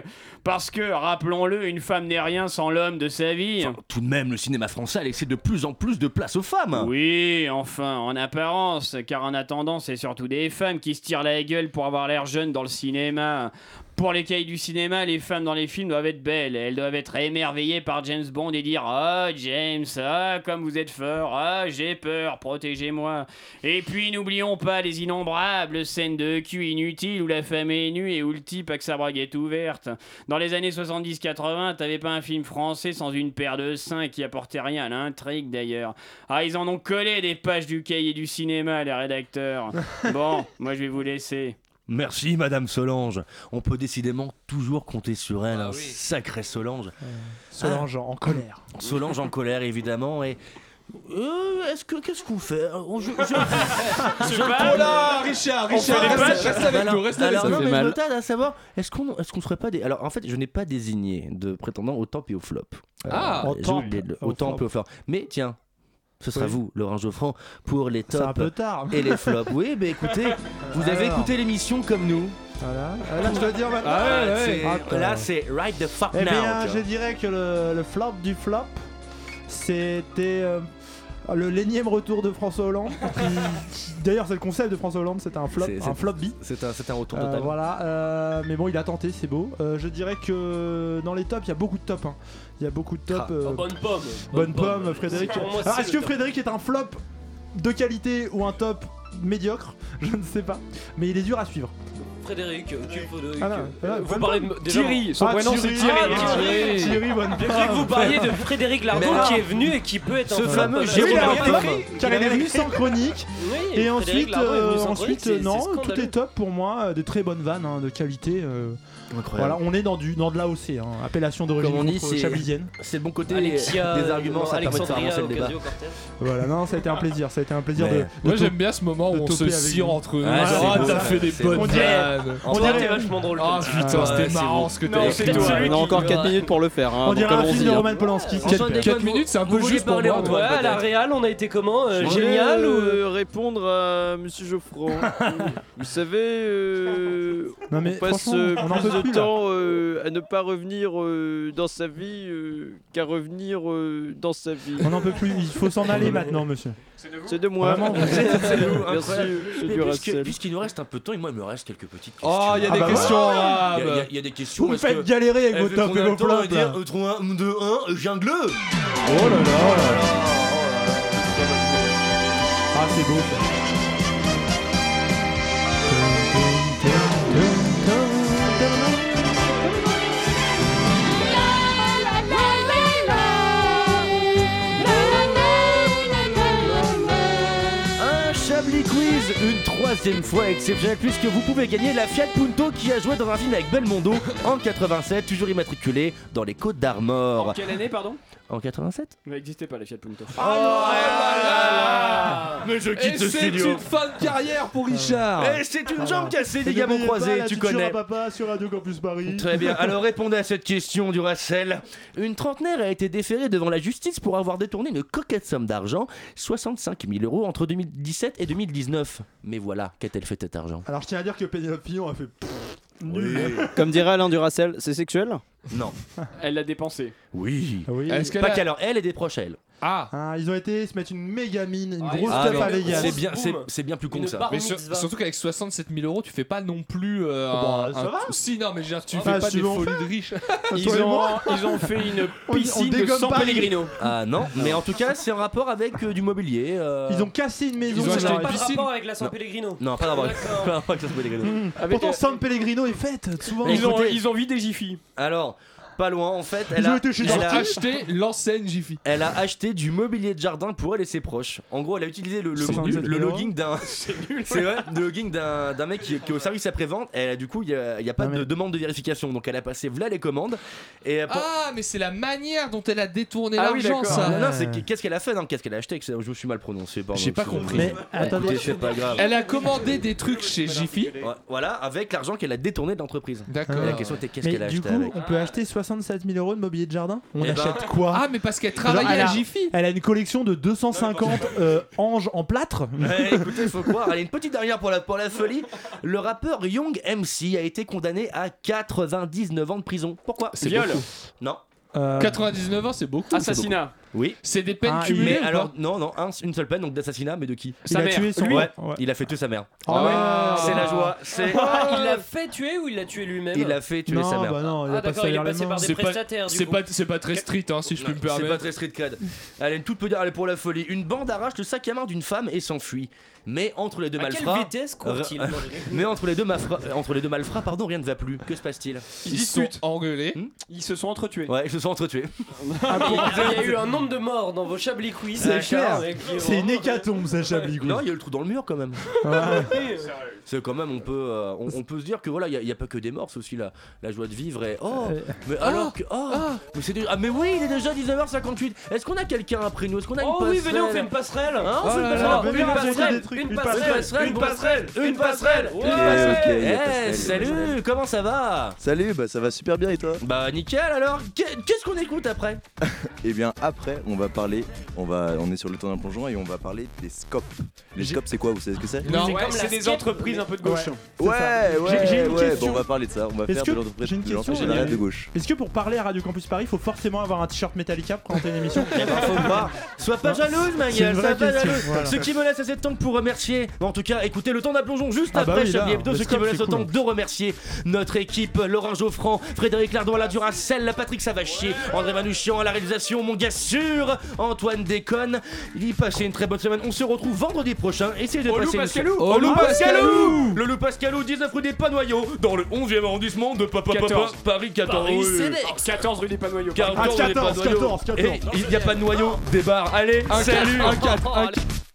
Parce que, rappelons-le, une femme n'est rien sans l'homme de sa vie
Tout de même, le cinéma français a laissé de plus en plus de place aux femmes.
oui, enfin, en apparence, car en attendant, c'est surtout des femmes qui se tirent la gueule pour avoir l'air jeune dans le cinéma. Pour les cahiers du cinéma, les femmes dans les films doivent être belles. Elles doivent être émerveillées par James Bond et dire Ah, James, ah, comme vous êtes fort, ah, j'ai peur, protégez-moi. Et puis, n'oublions pas les innombrables scènes de cul inutiles où la femme est nue et où le type a que sa braguette ouverte. Dans les années 70-80, t'avais pas un film français sans une paire de seins qui apportait rien à l'intrigue d'ailleurs. Ah, ils en ont collé des pages du cahier du cinéma, les rédacteurs. Bon, moi je vais vous laisser.
Merci, Madame Solange. On peut décidément toujours compter sur elle. hein. Sacrée Solange. Ah.
Solange en colère.
Solange en colère, évidemment. Et. Euh, est-ce que qu'est-ce qu'on fait On- je- je-
sais
je-
pas.
Oh là,
On
Richard,
fait
Richard,
des
reste-
pages.
reste avec
Alors-
nous, reste avec
alors,
nous.
non, Ça fait mais je me mal.
tâte à savoir, est-ce qu'on est-ce qu'on ferait pas des Alors en fait, je n'ai pas désigné de prétendant au temple et au flop. Euh,
Ah,
j'ai
au temple,
oublié de le-
au
au temple et au flop. Mais tiens, ce sera
Oui.
vous, Laurent Geoffrand, pour les
C'est
tops
un peu tard.
et les flops. Oui, mais écoutez, vous avez
Alors.
écouté l'émission comme nous.
Voilà. Ah, là, je dois dire maintenant.
Ah,
Ah,
c'est-
attends.
Là, c'est right the fuck
Eh
now.
bien,
tu
je
vois.
dirais que le, le flop du flop, c'était euh, le l'énième retour de François Hollande. qui- D'ailleurs, c'est le concept de François Hollande, c'était un flop,
C'est-
un
c'est-
flop bi.
C'est un, c'est un retour
Euh,
total.
voilà, euh, mais bon, il a tenté, c'est beau. Euh, je dirais que dans les tops, il y a beaucoup de tops. hein. Il y a beaucoup de tops.
Ah,
oh,
euh,
bonne pomme.
Bonne pomme, Frédéric.
Pour moi,
Alors,
c'est
est-ce
le
que
top.
Frédéric est un flop de qualité ou un top médiocre Je ne sais pas. Mais il est dur à suivre.
Frédéric, euh, Kim Frédéric.
Ah non, ah non,
euh, vous
Van
parlez de.
Damme.
déjà-
Thierry, son Ah, prénom, c'est Thierry. Thierry.
Ah, Thierry.
Thierry Van
J'ai cru
Damme.
que vous parliez de Frédéric Lardot
Mais là,
qui est venu et qui peut être
ce
un-
fameux
Oui,
Jérôme
il a
Lardot,
écrit.
car il est venu sans chronique.
Oui,
et
Frédéric
ensuite,
Lardot est venu
euh,
sans chronique,
ensuite
c'est-
non,
c'est
tout
scandaleux.
est top pour moi, euh, des très bonnes vannes hein, de qualité. euh,
Incroyable.
Voilà, on est dans du dans de l'AOC, hein, appellation d'origine
Comme on dit, c'est-
chablisienne.
c'est le bon côté
Alexia,
des arguments,
euh,
ça permet de faire
Alexandria
avancer le débat.
Ocasio-Cortez.
Voilà, non, ça a été un plaisir, ça a été un plaisir de.
Mais-
de
Moi,
to-
j'aime bien ce moment
de
où on se
toper avec
cire
vous.
entre nous. Ah, Genre, ah, t'as fait des bonnes
On dirait-
vannes.
on
Toi,
dirait-
t'es vachement drôle, toi. Ah, putain, c'était
c'est
marrant,
vous.
ce que t'as
Non,
fait.
c'est
Peut-être
toi.
celui
On a
qui-
encore 4
Ouais.
minutes pour le faire. hein,
On
donc,
dirait
comme
un film
dit,
de
hein.
Roman
Polanski,
quel père.
Quatre minutes, c'est un peu juste pour moi.
Ouais, à la Real, on a été comment euh,
Je
Génial
vais,
ou
euh, répondre à Monsieur Geoffroy. Vous savez, euh,
Non, mais
on passe
franchement,
euh,
on en
plus
peut
de
plus, là.
temps euh, à ne pas revenir euh, dans sa vie euh, qu'à revenir euh, dans sa vie.
On n'en peut plus, il faut s'en aller maintenant, monsieur.
C'est de moi.
Vraiment, vous êtes-
Merci,
Incroyable.
c'est
Mais
du
puisque-
Russell.
Puisqu'il nous reste un peu de temps, et moi, il me reste quelques petites questions.
Oh, il y a des Ah bah questions voilà. arabes.
Il y a- il y a- il y, a des questions.
Vous me
est-ce
faites
que- Eh,
galérer avec
est-ce
vos tops
qu'on
et
a
vos
le temps de
flops, là.
dire, euh, trois, un, deux, un, euh, jungle.
Oh là là, oh là là. Ah, c'est beau ça.
Un Chablis Quiz, une troisième fois exceptionnelle puisque vous pouvez gagner la Fiat Punto qui a joué dans un film avec Belmondo en 87, toujours immatriculée dans les Côtes
Bah.
d'Armor.
Quelle année, pardon
En 87
Mais n'existait pas les Fiat Punto.
Oh,
Mais je
quitte
Et
ce
c'est
studio.
une fin de carrière pour Richard.
Eh,
Et c'est une
Ah
jambe
bah.
cassée,
Ça
des gamins
devenait pas
croisés,
la
tu
tuture à
connais.
Papa sur Radio Campus Paris.
Très bien, alors répondez à cette question du Racel. Une trentenaire a été déférée devant la justice pour avoir détourné une coquette somme d'argent, 65 000 euros entre 2017 et 2019. Mais voilà, qu'a-t-elle fait cet argent
Alors je tiens à dire que Pénélope Fillon a fait.
Comme dirait Alain Duracel, c'est sexuel
Non.
Elle l'a dépensé.
Oui.
Ah Oui.
Est-ce qu'elle Pas a- qu'elle alors, elle est des proches à elle.
Ah.
Ils ont été se mettre une méga mine, une
Ah,
grosse
ils-
teuf
ah,
à
mais
Vegas.
c'est bien-
c'est- c'est bien plus con que ça.
Mais sur- surtout qu'avec 67 000 euros, tu fais pas non plus. euh,
bah,
un-
ça
un-
va.
Si, non, mais je veux dire, tu
Ah,
fais
bah,
pas
si
des
on
folies
fait.
de riches.
Ils ont-
ils ont fait une
On- on piscine de dégomme 100 Paris. Pellegrino.
Ah non, mais en tout cas, c'est en rapport avec euh, du mobilier. euh.
Ils ont cassé une maison.
Ils ont acheté
alors,
une
et-
Pas de
piscine.
rapport avec la San
Non.
Pellegrino.
Non, pas d'avoir.
D'accord.
Pas d'avoir que ça soit Pellegrino.
Mmh. Pourtant, San Pellegrino est faite souvent.
Ils ont- ils
envie des Jiffy.
Alors, pas loin en fait. Elle
Ils ont
a,
été chez
elle a
Darty.
acheté
l'enseigne Jiffy.
Elle a acheté du mobilier de jardin pour elle et ses proches. En gros, elle a utilisé le, le,
C'est
le-
nul.
le logging d'un.
nul.
C'est vrai, le logging d'un d'un mec qui, qui est au service après-vente. Et elle a- du coup, il n'y a, il y a
Ah,
pas de demande de vérification. Donc, elle a passé là les commandes. Et elle-
Ah, mais c'est la manière dont elle a détourné
Ah oui,
l'argent,
d'accord.
ça.
Non, non, c'est qu'est-ce qu'elle a fait, non Qu'est-ce qu'elle a acheté Je me suis mal prononcé. pardon.
J'ai pas
Excusez-moi.
compris. Mais, attendez.
Écoutez, c'est pas grave.
Elle a commandé des trucs chez Jiffy.
Ouais, Voilà, avec l'argent qu'elle a détourné de l'entreprise.
D'accord.
Et La question était qu'est-ce
Mais
qu'elle a
du
acheté
coup,
avec
on peut acheter 67 000 euros de mobilier de jardin. On
Eh ben-
achète quoi
Ah, mais parce qu'elle
Genre,
travaille
elle
à
a-
Jiffy.
Elle a une collection de 250 euh, anges en plâtre.
Eh, écoutez, il faut croire. Allez, une petite dernière pour la, pour la folie. Le rappeur Young MC a été condamné à 99 ans de prison. Pourquoi
C'est Viol. beaucoup.
Non.
Euh,
99 ans, c'est beaucoup. c'est
Assassinat.
beaucoup. Oui.
C'est des peines
Ah, il-
cumulées.
Mais alors, non, non, un- une seule peine, donc d'assassinat, mais de qui
Sa Il a mère. tué son-
Ouais,
lui.
il a fait tuer sa mère.
Ah ouais.
Ah, C'est la joie. C'est.
Ah, il l'a fait tuer ou il l'a tué lui-même
Il a fait tuer
Non,
sa mère.
bah non, il a
Ah,
pas
d'accord, il est
salaire
passé par des
C'est pas-
prestataires. du
c'est
coup.
Pas- C'est pas très street, hein, si je peux me
C'est pas
permettre.
très street cred. Allez, une toute petite allez, pour la folie. Une bande arrache le sac à main d'une femme et s'enfuit. Mais entre les deux
À quelle
malfrats.
vitesse court-il,
Re-
mon
Mais entre les deux mafra- euh, entre les deux malfrats, pardon, rien ne va plus. Que se passe-t-il Hmm
Ils Ils se discutent. sont
engueulés.
Ils se sont entretués.
Ouais, ils se sont entretués. Ah
Ah,
Il y a eu un nombre de morts dans vos Chablis Quiz.
C'est clair.
C'est une hécatombe, ça, Chablis.
Non, il y a eu le trou dans le mur quand même.
euh,
Ouais.
C'est quand même, on peut, euh, on, on peut se dire que voilà, il n'y a, pas que des morts, c'est aussi la, la joie de vivre et oh, mais alors que oh, mais c'est déjà- ah mais oui, il est déjà 19h58. Est-ce qu'on a quelqu'un après nous Est-ce qu'on a
Oh
une
oui,
passerelle
venez, on fait une passerelle.
Hein, on
Oh
fait
là
une
là,
passerelle.
venez,
Une
on fait
passerelle,
des trucs,
une
une
passerelle,
passerelle,
une
une
passerelle, une passerelle.
Ok,
Ouais.
ok, il y a
Eh,
passerelle.
salut, comment ça va
Salut, bah ça va super bien et toi
Bah nickel alors. Qu'est- Qu'est-ce qu'on écoute après
Eh bien après, on va parler, on va, on est sur le temps d'un plongeon et on va parler des scopes. Les scopes, c'est quoi Vous savez ce que c'est
Non, c'est des entreprises un peu de gauche.
Ouais,
C'est ça.
ouais,
J'ai- j'ai une
ouais.
question.
Bon, on va parler de ça. On va
Est-ce
faire
que-
de l'entreprise
j'ai une
de l'entreprise
question,
générale
euh,
de gauche.
Est-ce que pour parler à Radio Campus Paris, il faut forcément avoir un t-shirt Metallica pour présenter une émission
Sois Eh ben, pas
Non.
jalouse, ma
C'est
gueule,
une
sois
vraie
pas
question,
jalouse.
voilà.
Ce qui me laisse assez de temps pour remercier. En tout cas, écoutez le temps d'un plongeon juste
Ah bah
après
oui, là,
Chablis Hebdo.
le
Ce qui
scope,
me laisse
c'est
le temps
cool.
de remercier notre équipe Laurent Geoffran, Frédéric Lardon à la Duracell, Patrick Savachier, André Manouchian à la réalisation, mon gars Sud, sûr. Antoine déconne. Il passait une très bonne semaine. On se retrouve vendredi prochain. Essayez de
Au
passer
Loup
une-
Pascalou.
Au Loup
Ah,
Pascalou Le Loup Pascalou, 19 rue des Panoyaux, dans le 11e arrondissement de Papa Papa,
14.
Paris 14.
Paris,
Oui, oui.
c'est next.
14 rue des Panoyaux.
Ah, 14, 14, 14.
Et il n'y a pas de noyau, des bars. Allez,
Un
salut
quatre, un quatre, un quatre.